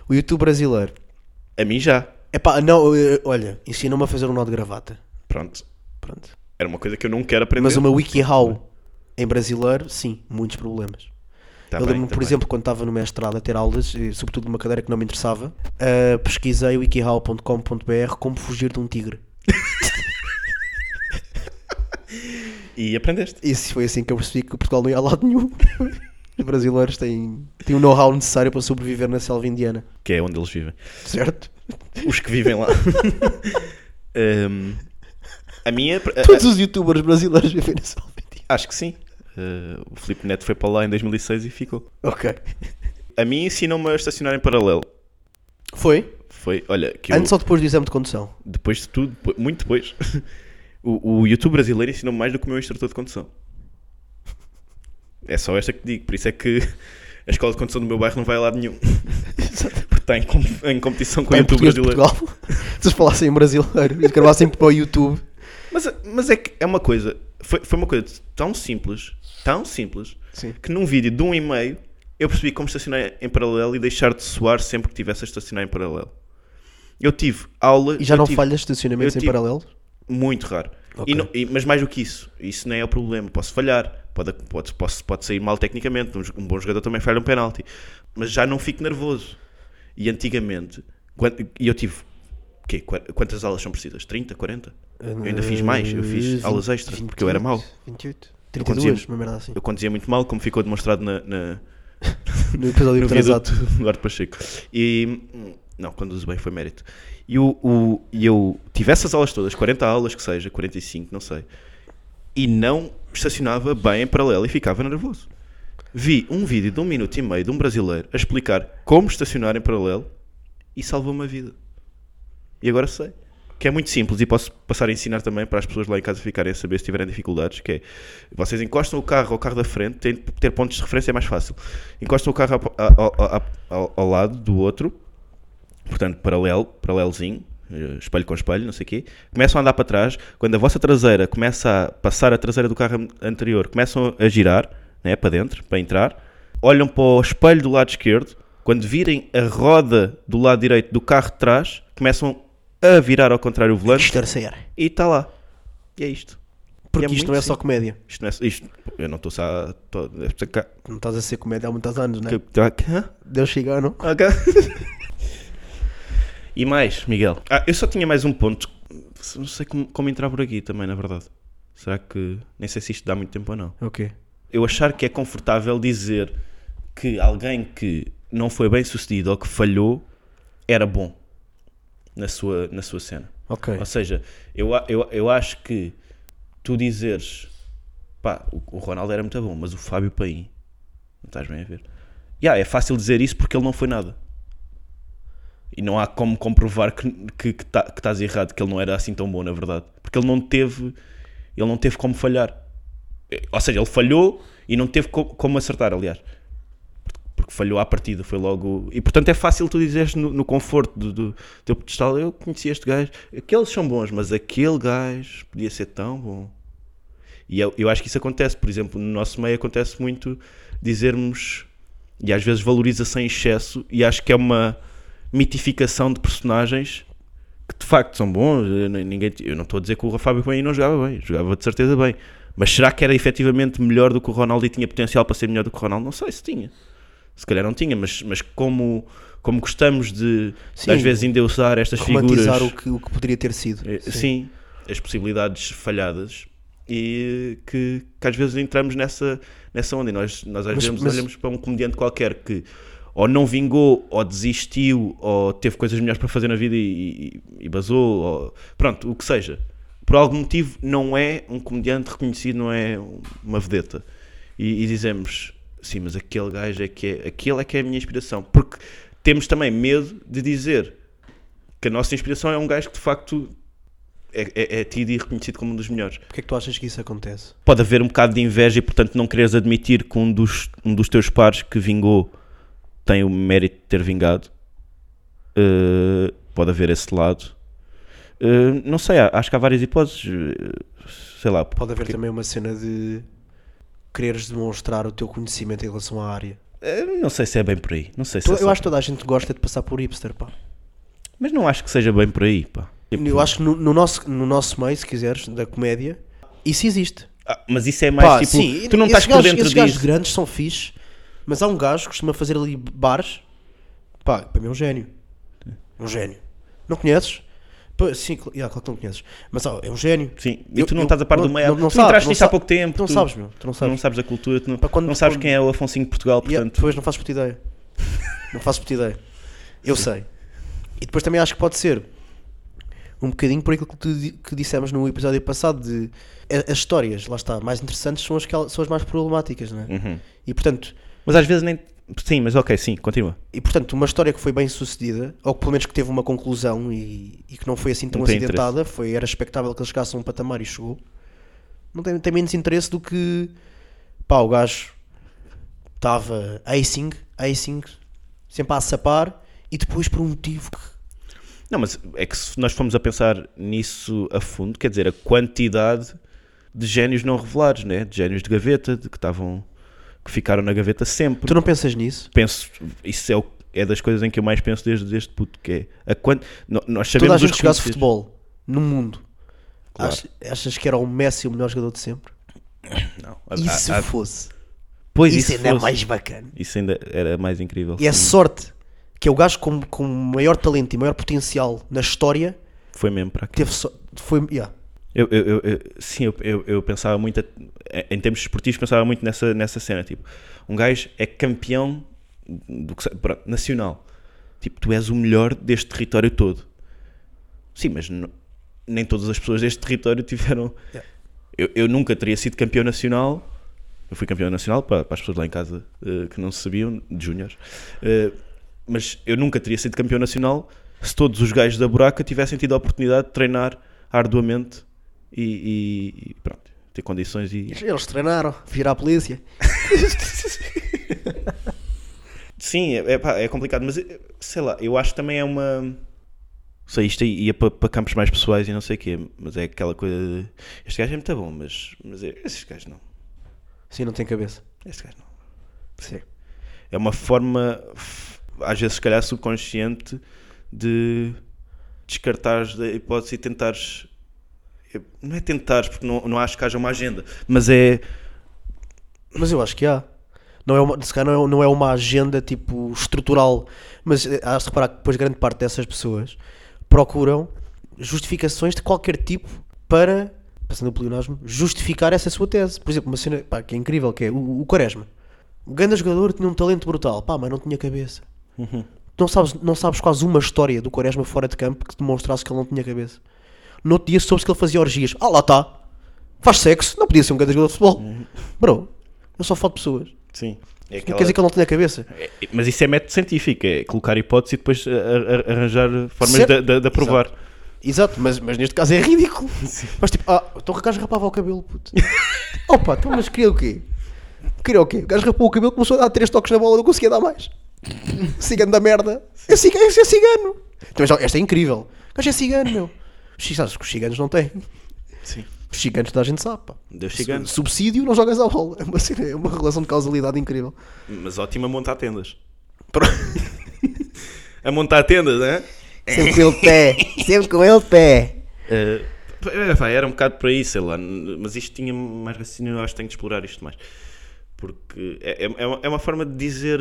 Speaker 3: O YouTube brasileiro.
Speaker 4: A mim já.
Speaker 3: É pá, não, eh, olha, ensinou-me a fazer um nó de gravata.
Speaker 4: Pronto.
Speaker 3: Pronto.
Speaker 4: Era uma coisa que eu não quero aprender.
Speaker 3: Mas uma WikiHow em brasileiro, sim, muitos problemas.
Speaker 4: Tá
Speaker 3: eu
Speaker 4: bem,
Speaker 3: lembro-me,
Speaker 4: tá
Speaker 3: por
Speaker 4: bem.
Speaker 3: exemplo, quando estava no mestrado a ter aulas, e sobretudo numa cadeira que não me interessava, ah, pesquisei wikihow.com.br como fugir de um tigre.
Speaker 4: E aprendeste.
Speaker 3: E se foi assim que eu percebi que Portugal não ia a lado nenhum. Os brasileiros têm, têm o know-how necessário para sobreviver na selva indiana,
Speaker 4: Que é onde eles vivem.
Speaker 3: certo?
Speaker 4: Os que vivem lá. Ahm, a minha.
Speaker 3: Todos os youtubers brasileiros vivem na selva indiana.
Speaker 4: Acho que sim. Eh, o Filipe Neto foi para lá em 2006 e ficou.
Speaker 3: Ok.
Speaker 4: A mim ensinou-me a estacionar em paralelo.
Speaker 3: Foi?
Speaker 4: Foi, olha, que eu-
Speaker 3: Antes ou depois do exame de condução?
Speaker 4: depois de tudo, depo- muito depois, o, o YouTube brasileiro ensinou-me mais do que o meu instrutor de condução. É só esta que digo, por isso é que a escola de condução do meu bairro não vai a lado nenhum. Porque está em, com- em competição com
Speaker 3: Pá,
Speaker 4: o
Speaker 3: em
Speaker 4: YouTube
Speaker 3: português de
Speaker 4: brasileiro.
Speaker 3: Portugal, se eles falassem em brasileiro e gravassem para o YouTube,
Speaker 4: Mas, mas é que é uma coisa, foi, foi uma coisa tão simples, tão simples,
Speaker 3: Sim.
Speaker 4: que num vídeo de um e meio eu percebi como estacionar em paralelo e deixar de soar sempre que tivesse a estacionar em paralelo. Eu tive aula
Speaker 3: e já
Speaker 4: eu
Speaker 3: não
Speaker 4: tive-
Speaker 3: falhas estacionamentos
Speaker 4: eu
Speaker 3: em
Speaker 4: tive-
Speaker 3: paralelo?
Speaker 4: Muito raro.
Speaker 3: Ok.
Speaker 4: E não- e- mas mais do que isso, isso nem é o problema. Posso falhar, pode, pode, posso, pode sair mal tecnicamente. Um, jo- um bom jogador também falha um penalti. Mas já não fico nervoso. E antigamente, quando- e eu tive. quê? Qua- Quantas aulas são precisas? 30, 40? Eu ainda fiz mais, eu fiz
Speaker 3: Eh,
Speaker 4: aulas extra, porque eu era mau.
Speaker 3: 28, 32,
Speaker 4: Eu conduzia-
Speaker 3: uma merda assim.
Speaker 4: Eu conduzia muito mal, como ficou demonstrado na, na,
Speaker 3: No episódio
Speaker 4: no
Speaker 3: atrasado.
Speaker 4: viaduto do Eduardo Pacheco. E. hum, Não, conduzo bem, foi mérito. E o, o- e eu tive essas aulas todas, 40 aulas que seja, 45, não sei. E não estacionava bem em paralelo e ficava nervoso. Vi um vídeo de um minuto e meio de um brasileiro a explicar como estacionar em paralelo e salvou-me a vida. E agora sei. Que é muito simples e posso passar a ensinar também para as pessoas lá em casa ficarem a saber se tiverem dificuldades, que é, vocês encostam o carro ao carro da frente, tem, ter pontos de referência é mais fácil. Encostam o carro ao, ao- ao- ao- ao lado do outro, portanto, paralelo, paralelozinho, eh, espelho com espelho, não sei o quê, começam a andar para trás, quando a vossa traseira começa a passar a traseira do carro an- anterior, começam a girar, né, para dentro, para entrar, olham para o espelho do lado esquerdo, quando virem a roda do lado direito do carro de trás, começam a virar ao contrário o volante
Speaker 3: Estarcear.
Speaker 4: e está lá. E é isto.
Speaker 3: Porque
Speaker 4: é
Speaker 3: isto
Speaker 4: muito
Speaker 3: não é só
Speaker 4: simples.
Speaker 3: comédia.
Speaker 4: Isto não é, isto, eu não estou só... tô- é pra cá-
Speaker 3: Não estás a ser comédia há muitos anos, não é?
Speaker 4: que- tá- hã?
Speaker 3: Deus chegar, não?
Speaker 4: Ok. E mais, Miguel? Ah, eu só tinha mais um ponto. Não sei como, como entrar por aqui também, na verdade. Será que. Nem sei se isto dá muito tempo ou não.
Speaker 3: Ok.
Speaker 4: Eu achar que é confortável dizer que alguém que não foi bem sucedido ou que falhou era bom na sua, na sua cena.
Speaker 3: Ok.
Speaker 4: Ou seja, eu, a- eu, eu acho que tu dizeres pá, o, o Ronaldo era muito bom, mas o Fábio Paim, não estás bem a ver? Yeah, é fácil dizer isso porque ele não foi nada. E não há como comprovar que, que, que, tá- que estás errado, que ele não era assim tão bom, na verdade. Porque ele não teve, ele não teve como falhar. Eh, Ou seja, ele falhou e não teve co- como acertar, aliás. Porque falhou à partida, foi logo. E portanto é fácil tu dizeres no, no conforto do, do teu pedestal: eu conheci este gajo, aqueles são bons, mas aquele gajo podia ser tão bom. E eu, eu acho que isso acontece, por exemplo, no nosso meio acontece muito dizermos e às vezes valoriza-se em excesso e acho que é uma mitificação de personagens que de facto são bons. Eu, nem- ninguém, eu não estou a dizer que o Fábio Coelho não jogava bem, jogava de certeza bem. Mas será que era efetivamente melhor do que o Ronaldo e tinha potencial para ser melhor do que o Ronaldo? Não sei se tinha. Se calhar não tinha, mas, mas como, como gostamos de,
Speaker 3: Sim.
Speaker 4: às vezes, endeusar estas figuras.
Speaker 3: Romantizar o que, o que poderia ter sido.
Speaker 4: Eh, Sim. as possibilidades falhadas e que, que às vezes entramos nessa, nessa onda. E nós, nós às
Speaker 3: Mas-
Speaker 4: vezes
Speaker 3: mas-
Speaker 4: olhamos para um comediante qualquer que ou não vingou, ou desistiu, ou teve coisas melhores para fazer na vida e, e, e basou, ou, pronto, o que seja. Por algum motivo, não é um comediante reconhecido, não é uma vedeta. E, e dizemos, sim, mas aquele gajo é que é, aquele é que é a minha inspiração. Porque temos também medo de dizer que a nossa inspiração é um gajo que de facto é, é, é tido e reconhecido como um dos melhores.
Speaker 3: Porquê é que tu achas que isso acontece?
Speaker 4: Pode haver um bocado de inveja e, portanto, não quereres admitir que um dos, um dos teus pares que vingou tem o mérito de ter vingado. Uh, pode haver esse lado. Uh, não sei, há- acho que há várias hipóteses. Uh, sei lá.
Speaker 3: Pode haver também uma cena de quereres demonstrar o teu conhecimento em relação à área.
Speaker 4: Uh, não sei se é bem por aí. Não sei se
Speaker 3: Tu-
Speaker 4: é
Speaker 3: eu
Speaker 4: só-
Speaker 3: acho que toda a gente gosta de passar por hipster, pá.
Speaker 4: Mas não acho que seja bem por aí, pá. Tipo,
Speaker 3: Eu acho que no, no nosso, no nosso meio, se quiseres, da comédia, isso existe.
Speaker 4: Ah, mas isso é mais
Speaker 3: Pá,
Speaker 4: tipo.
Speaker 3: sim,
Speaker 4: tu não
Speaker 3: esses
Speaker 4: estás por
Speaker 3: gajos-
Speaker 4: dentro
Speaker 3: esses gajos
Speaker 4: disso.
Speaker 3: grandes são fixe, mas há um gajo que costuma fazer ali bares. Pá, para mim é um gênio. Um gênio. Não conheces? Pá, sim, cl- yeah, claro que não conheces. Mas ó, é um gênio.
Speaker 4: Sim, e
Speaker 3: Eu-
Speaker 4: tu não
Speaker 3: eu-
Speaker 4: estás a par do
Speaker 3: não-
Speaker 4: meio.
Speaker 3: não- não
Speaker 4: tu
Speaker 3: sabes,
Speaker 4: entraste
Speaker 3: não
Speaker 4: nisso há
Speaker 3: sa-
Speaker 4: pouco tempo.
Speaker 3: Tu não
Speaker 4: tu-
Speaker 3: sabes, meu. Tu não
Speaker 4: Tu
Speaker 3: sabes.
Speaker 4: não sabes a cultura, tu não,
Speaker 3: Pá, quando-
Speaker 4: não sabes
Speaker 3: quando-
Speaker 4: quem é o Afonso de Portugal,
Speaker 3: Yeah,
Speaker 4: portanto.
Speaker 3: depois não faz puta ideia. não faço puta ideia. Eu sei. E depois também acho que pode ser um bocadinho por aquilo que, tu di- que dissemos no episódio passado de a- as histórias, lá está, mais interessantes são as, que el- são as mais problemáticas, não é?
Speaker 4: Uhum.
Speaker 3: E portanto,
Speaker 4: Mas às vezes nem. Sim, mas ok, sim, continua.
Speaker 3: e portanto, uma história que foi bem sucedida, ou que pelo menos que teve uma conclusão e, e que não foi assim tão
Speaker 4: Não tem
Speaker 3: acidentada, foi, era expectável que ele chegasse a um patamar e chegou, não tem, tem menos interesse do que pá, o gajo estava acing, acing, sempre a sapar e depois por um motivo que
Speaker 4: Não, mas é que se nós formos a pensar nisso a fundo, quer dizer, a quantidade de génios não revelados, né? De génios de gaveta, de que estavam. que ficaram na gaveta sempre.
Speaker 3: tu não pensas nisso.
Speaker 4: Penso. Isso é, o- é das coisas em que eu mais penso desde, desde puto, que é. A quant... no- Nós
Speaker 3: Toda a
Speaker 4: sabemos os
Speaker 3: gente que jogasse
Speaker 4: conhecidos.
Speaker 3: futebol no mundo,
Speaker 4: Claro.
Speaker 3: ach- achas que era o Messi o melhor jogador de sempre?
Speaker 4: Não,
Speaker 3: E
Speaker 4: há-
Speaker 3: se
Speaker 4: há-
Speaker 3: fosse?
Speaker 4: Ah, Pois
Speaker 3: Isso ainda é
Speaker 4: fosse-
Speaker 3: mais bacana.
Speaker 4: Isso ainda era mais incrível.
Speaker 3: E é sorte que é o gajo com, com maior talento e maior potencial na história
Speaker 4: Foi mesmo para aqui.
Speaker 3: teve só. Foi, yeah.
Speaker 4: Eu, eu- eu- eu- sim, eu, eu- eu pensava muito, a- em termos esportivos, pensava muito nessa, nessa cena. Tipo, um gajo é campeão do que se- pronto, nacional. Tipo, tu és o melhor deste território todo. Sim, mas n- nem todas as pessoas deste território tiveram.
Speaker 3: Yeah.
Speaker 4: Eu, eu nunca teria sido campeão nacional. Eu fui campeão nacional para, para as pessoas lá em casa eh, que não sabiam, de júniores. Eh, mas eu nunca teria sido campeão nacional se todos os gajos da buraca tivessem tido a oportunidade de treinar arduamente e, e- e pronto, ter condições e.
Speaker 3: Eles treinaram, virar a polícia.
Speaker 4: Sim, é, é, pá, é complicado, mas eh, sei lá, eu acho que também é uma. Sei, isto aí ia para, para campos mais pessoais e não sei o quê, mas é aquela coisa de. Este gajo é muito bom, mas, mas é- esses gajos não.
Speaker 3: Sim, não tem cabeça.
Speaker 4: Este gajo não.
Speaker 3: Sim.
Speaker 4: É uma forma, f- às vezes, se calhar, subconsciente de descartares da hipótese e tentares. eh, Não é tentares, porque não, não acho que haja uma agenda, mas é.
Speaker 3: Mas eu acho que há. Não é uma, se calhar não é, não é uma agenda tipo estrutural, mas eh, há de reparar que depois grande parte dessas pessoas procuram justificações de qualquer tipo para, passando o pleonasmo, justificar essa sua tese. Por exemplo, uma cena pá, que é incrível, que é o, o Quaresma. O grande jogador tinha um talento brutal, pá, mas não tinha cabeça. Não, sabes, não sabes quase uma história do Quaresma fora de campo que demonstrasse que ele não tinha cabeça. No outro dia soube-se que ele fazia orgias. Ah, lá está. Faz sexo. Não podia ser um grande jogador de futebol.
Speaker 4: Uhum.
Speaker 3: Bro, eu só falo de pessoas.
Speaker 4: Sim. É
Speaker 3: Não quer dizer que ele não tenha cabeça.
Speaker 4: É, Mas isso é método científico, é colocar hipótese e depois a- a- a- arranjar formas
Speaker 3: Certo.
Speaker 4: de, de- de aprovar.
Speaker 3: Exato, mas, mas neste caso é ridículo. Mas tipo, ah, então o gajo rapava o cabelo, puto. Opa, então mas queria o quê? Queria o quê? O gajo rapou o cabelo, começou a dar três toques na bola, não conseguia dar mais. Cigano da merda. É cigano, é cigano. Também já- esta é incrível. O gajo é cigano, meu. Os chi- sabes que os ciganos não têm.
Speaker 4: Sim.
Speaker 3: Os ciganos da gente sabe, pá.
Speaker 4: Deus cigano.
Speaker 3: Su- Subsídio, não jogas à bola. É uma, cena- é uma relação de causalidade incrível.
Speaker 4: Mas ótimo a montar tendas. a montar tendas, né?
Speaker 3: Sempre com ele de pé. Sempre com ele de pé.
Speaker 4: Eh, pá, era um bocado por aí, sei lá. n- Mas isto tinha mais raciocínio, eu acho que tenho de explorar isto mais. Porque é, é, é uma- é uma forma de dizer.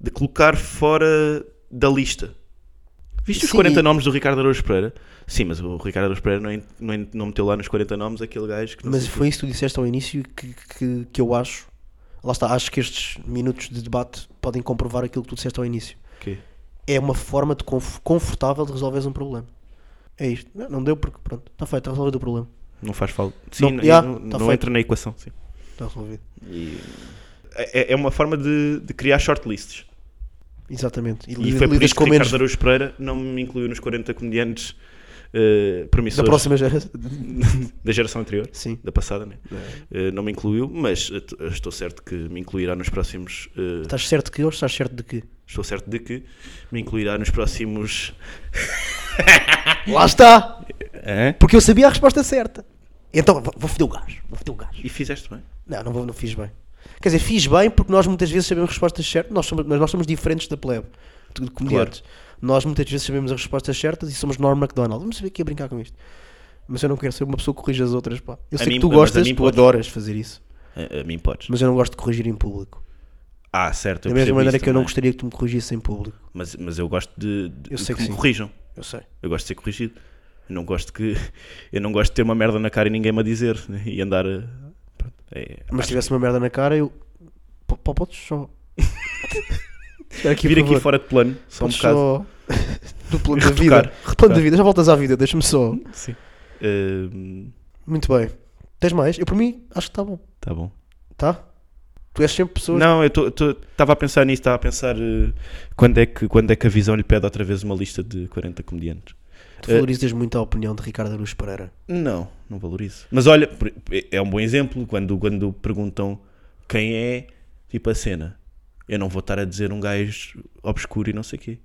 Speaker 4: de colocar fora da lista. Viste os
Speaker 3: Sim,
Speaker 4: 40
Speaker 3: e-
Speaker 4: nomes do Ricardo Araújo Pereira? Sim, mas o Ricardo Araújo Pereira não, en- não, en- não meteu lá nos 40 nomes aquele gajo que não
Speaker 3: Mas
Speaker 4: sei o quê.
Speaker 3: foi isso que tu disseste ao início que, que, que eu acho. Lá está, acho que estes minutos de debate podem comprovar aquilo que tu disseste ao início.
Speaker 4: Quê?
Speaker 3: É uma forma de conf- confortável de resolveres um problema. É isto. Não, não deu porque, pronto, está feito, está resolvido o problema.
Speaker 4: Não faz falta. Sim, não,
Speaker 3: já,
Speaker 4: não-
Speaker 3: tá
Speaker 4: não
Speaker 3: feito.
Speaker 4: entra na equação. Sim.
Speaker 3: Está Tá resolvido.
Speaker 4: E é, é uma forma de, de criar shortlists.
Speaker 3: Exatamente.
Speaker 4: E
Speaker 3: li-
Speaker 4: foi por
Speaker 3: lidas
Speaker 4: isso que
Speaker 3: com
Speaker 4: Ricardo
Speaker 3: menos
Speaker 4: Araújo Pereira não me incluiu nos 40 comediantes eh,
Speaker 3: da
Speaker 4: promissores
Speaker 3: próxima geração.
Speaker 4: da geração anterior.
Speaker 3: Sim. é?
Speaker 4: Da passada, né? Eh, não me incluiu, mas eh, t- estou certo que me incluirá nos próximos. eh,
Speaker 3: Estás certo que hoje estás certo de que?
Speaker 4: estou certo de que me incluirá nos próximos.
Speaker 3: Lá está!
Speaker 4: Hã?
Speaker 3: Porque eu sabia a resposta certa. Então vou, vou foder o gajo. Vou foder o gajo.
Speaker 4: E fizeste bem.
Speaker 3: Não, não, vou, não fiz bem. Quer dizer, fiz bem porque nós muitas vezes sabemos respostas certas, nós somos, mas nós somos diferentes da plebe, de de comediantes. Nós muitas vezes sabemos as respostas certas e somos Norm MacDonald. Vamos saber aqui a brincar com isto. Mas eu não quero ser uma pessoa que corrige as outras, pá. Eu
Speaker 4: A
Speaker 3: sei
Speaker 4: mim-
Speaker 3: que tu
Speaker 4: mas a
Speaker 3: gostas,
Speaker 4: mim
Speaker 3: tu
Speaker 4: podes.
Speaker 3: adoras fazer isso.
Speaker 4: A, a mim podes.
Speaker 3: Mas eu não gosto de corrigir em público.
Speaker 4: eh, Ah, certo. eu
Speaker 3: da mesma
Speaker 4: percebo
Speaker 3: maneira
Speaker 4: isso
Speaker 3: que eu não
Speaker 4: também.
Speaker 3: gostaria que tu me corrigisse em público.
Speaker 4: Mas, mas eu gosto de, de-
Speaker 3: Eu sei
Speaker 4: que
Speaker 3: que
Speaker 4: me
Speaker 3: sim.
Speaker 4: corrijam.
Speaker 3: Eu sei.
Speaker 4: Eu gosto de ser corrigido. Eu não gosto que eu não gosto de ter uma merda na cara e ninguém me a dizer né? e andar a- pronto, é-
Speaker 3: Mas se tivesse uma merda na cara, eu. P pá, podes só. Espera aqui,
Speaker 4: vir
Speaker 3: por
Speaker 4: aqui
Speaker 3: favor.
Speaker 4: fora de plano, só um
Speaker 3: Podes
Speaker 4: bocado.
Speaker 3: só. Do plano da
Speaker 4: Retocar,
Speaker 3: vida. Plano da vida, já voltas à vida, deixa-me só.
Speaker 4: Sim. Ahm,
Speaker 3: Muito bem. Tens mais? Eu, por mim, acho que está bom.
Speaker 4: tá bom.
Speaker 3: Tá? Tu és sempre pessoas.
Speaker 4: Não, eu estava a pensar nisso, estava a pensar eh, quando é que quando é que a visão lhe pede outra vez uma lista de 40 comediantes.
Speaker 3: Tu valorizas muito a opinião de Ricardo Aruz Pereira.
Speaker 4: Não, não valorizo. Mas olha, por- é um bom exemplo quando quando perguntam quem é tipo a cena. Eu não vou estar a dizer um gajo obscuro e não sei quê.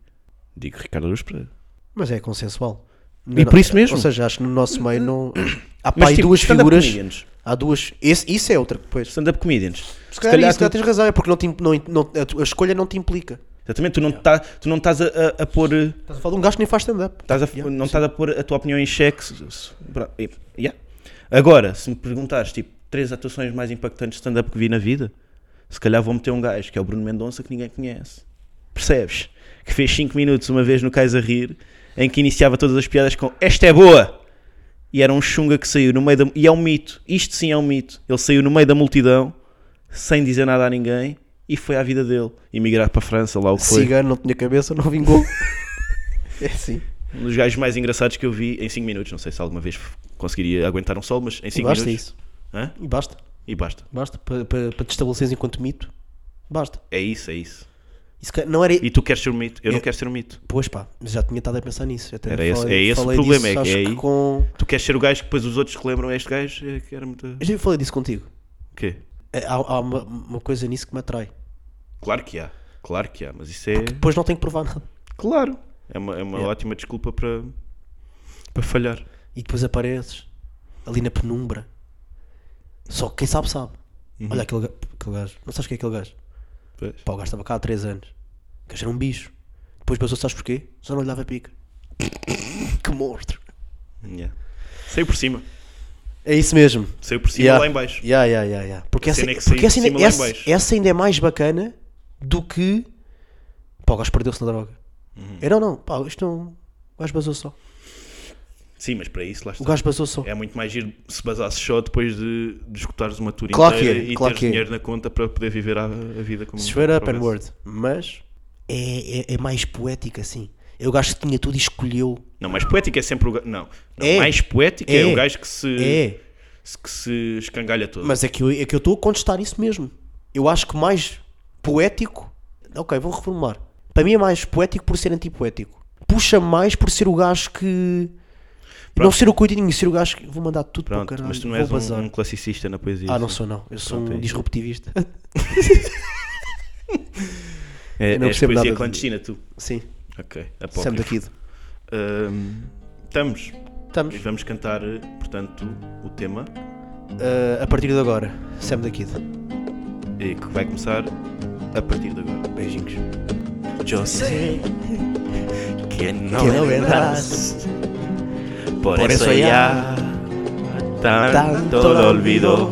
Speaker 4: Digo Ricardo Aruz Pereira.
Speaker 3: Mas é consensual.
Speaker 4: E por isso mesmo.
Speaker 3: Ou seja, acho que no nosso meio não. Há pá,
Speaker 4: Mas,
Speaker 3: aí
Speaker 4: tipo,
Speaker 3: duas
Speaker 4: stand-up
Speaker 3: figuras.
Speaker 4: comedians.
Speaker 3: Há duas. Esse, isso é outra, pois.
Speaker 4: stand-up comedians.
Speaker 3: Se calhar, isso,
Speaker 4: tu-
Speaker 3: se calhar tens razão, é porque não te, imp- não, não- a, tua- a escolha não te implica.
Speaker 4: Exatamente, tu não, tá, tu não estás a, a, a pôr. eh,
Speaker 3: Estás a falar de um gajo que nem faz stand-up.
Speaker 4: Estás a, não estás a pôr a tua opinião em xeque. se- se- pra- e- yeah. Agora, se me perguntares, tipo, três atuações mais impactantes de stand-up que vi na vida, se calhar vou meter um gajo que é o Bruno Mendonça que ninguém conhece. Percebes? Que fez 5 minutos uma vez no Cais a Rir, em que iniciava todas as piadas com Esta é boa! E era um chunga que saiu no meio da. E é um mito, isto sim é um mito. Ele saiu no meio da multidão, sem dizer nada a ninguém, e foi à vida dele. Emigrar para a França, lá o que foi.
Speaker 3: Cigano, não tinha cabeça, não vingou. é assim.
Speaker 4: Um dos gajos mais engraçados que eu vi em 5 minutos. Não sei se alguma vez conseguiria aguentar um sol, mas em
Speaker 3: E
Speaker 4: 5
Speaker 3: basta
Speaker 4: minutos.
Speaker 3: isso.
Speaker 4: Hã?
Speaker 3: E basta.
Speaker 4: E basta.
Speaker 3: Basta. Para te estabeleceres enquanto mito. Basta.
Speaker 4: É isso, é isso.
Speaker 3: E se calhar- não era.
Speaker 4: E tu queres ser um mito? Eu não
Speaker 3: Eu-
Speaker 4: quero ser um mito.
Speaker 3: Pois pá, mas já tinha estado a pensar nisso. Até
Speaker 4: Era esse-
Speaker 3: falei-
Speaker 4: é esse o
Speaker 3: falei disso,
Speaker 4: problema, é que
Speaker 3: acho
Speaker 4: é aí.
Speaker 3: com-
Speaker 4: Tu queres ser o gajo que depois os outros que lembram é este gajo? É que era muito.
Speaker 3: Eu já falei disso contigo.
Speaker 4: O quê?
Speaker 3: É, Há, há uma, uma coisa nisso que me atrai.
Speaker 4: Claro que há. Claro que há, mas isso é.
Speaker 3: Depois não tenho que provar nada.
Speaker 4: Claro. É uma, é uma ótima desculpa para. para falhar.
Speaker 3: E depois apareces ali na penumbra. Só que quem sabe, sabe.
Speaker 4: Uhum.
Speaker 3: Olha aquele, ga- aquele gajo. Não sabes quem é aquele gajo?
Speaker 4: Pois.
Speaker 3: Pá, o gajo estava cá há 3 anos. O gajo era um bicho. Depois passou, sabes porquê? Só não lhe dava pica. que monstro.
Speaker 4: Yeah. Saiu por cima.
Speaker 3: É isso mesmo.
Speaker 4: Saiu por cima
Speaker 3: Yeah.
Speaker 4: lá em baixo.
Speaker 3: Yeah, yeah, yeah, yeah. Porque,
Speaker 4: A
Speaker 3: essa,
Speaker 4: cena é que
Speaker 3: porque
Speaker 4: sair
Speaker 3: essa,
Speaker 4: de
Speaker 3: ainda,
Speaker 4: cima lá em
Speaker 3: essa-
Speaker 4: baixo.
Speaker 3: essa ainda é mais bacana do que. Pá, o gajo perdeu-se na droga.
Speaker 4: Uhum.
Speaker 3: Eu não, não, pá, isto não. O gajo basou só.
Speaker 4: Sim, mas para isso lá
Speaker 3: O
Speaker 4: está.
Speaker 3: gajo basou só.
Speaker 4: É muito mais giro se basasses só depois de, de escutares uma tour
Speaker 3: Claro que
Speaker 4: inteira
Speaker 3: é,
Speaker 4: e
Speaker 3: claro
Speaker 4: teres
Speaker 3: que é.
Speaker 4: dinheiro na conta para poder viver a, a vida como um
Speaker 3: Straight up and
Speaker 4: como
Speaker 3: word. Mas é, é, é mais poético assim. É o gajo que tinha tudo e escolheu.
Speaker 4: Não, mais poético é sempre o gajo. Não. Não,
Speaker 3: É.
Speaker 4: mais poético é,
Speaker 3: É.
Speaker 4: o gajo que se,
Speaker 3: É.
Speaker 4: se- que se escangalha todo.
Speaker 3: Mas é que eu é que eu estou a contestar isso mesmo. Eu acho que mais poético. Ok, vou reformular. Para mim é mais poético por ser antipoético. Puxa mais por ser o gajo que. Não
Speaker 4: Pronto.
Speaker 3: ser o coitadinho, ser o gajo que vou mandar tudo para o
Speaker 4: Pronto,
Speaker 3: caralho.
Speaker 4: mas tu não
Speaker 3: vou
Speaker 4: és um,
Speaker 3: bazar.
Speaker 4: um classicista na poesia.
Speaker 3: Ah, não
Speaker 4: sim.
Speaker 3: sou não. Eu sou
Speaker 4: Pronto, é
Speaker 3: um
Speaker 4: isso.
Speaker 3: disruptivista.
Speaker 4: É,
Speaker 3: eu não
Speaker 4: és
Speaker 3: percebo nada
Speaker 4: poesia
Speaker 3: de-
Speaker 4: clandestina, tu.
Speaker 3: Sim,
Speaker 4: Ok.
Speaker 3: Sam da
Speaker 4: Apócrifo.
Speaker 3: Kid.
Speaker 4: Ahm, estamos.
Speaker 3: Estamos
Speaker 4: E vamos cantar, eh, portanto, o tema
Speaker 3: ah, a partir de agora. Sam da Kid.
Speaker 4: eh, que vai começar a partir de agora.
Speaker 3: Beijinhos.
Speaker 4: Yo sé que no,
Speaker 3: Que no
Speaker 4: vendrás, por,
Speaker 3: Por
Speaker 4: eso
Speaker 3: eso
Speaker 4: ya tanto
Speaker 3: tanto
Speaker 4: lo
Speaker 3: lo
Speaker 4: olvido.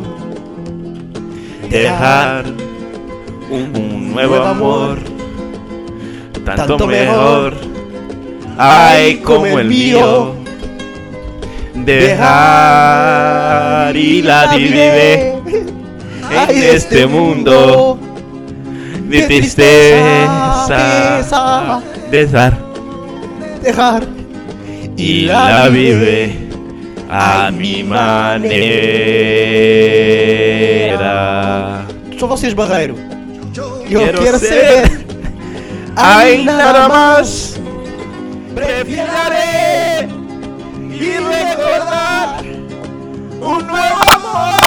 Speaker 4: enterrar un, un nuevo amor, tanto,
Speaker 5: Tanto
Speaker 4: mejor.
Speaker 5: mejor.
Speaker 4: Ay, como el mío, dejar y la vive en este mundo de tristeza, dejar
Speaker 5: dejar
Speaker 4: y la vive a mi manera.
Speaker 5: Sou vocês barreiro. Eu
Speaker 4: Quero
Speaker 5: quero,
Speaker 4: ser
Speaker 5: ser,
Speaker 4: Ainda más, prefiaré y recordar un nuevo amor.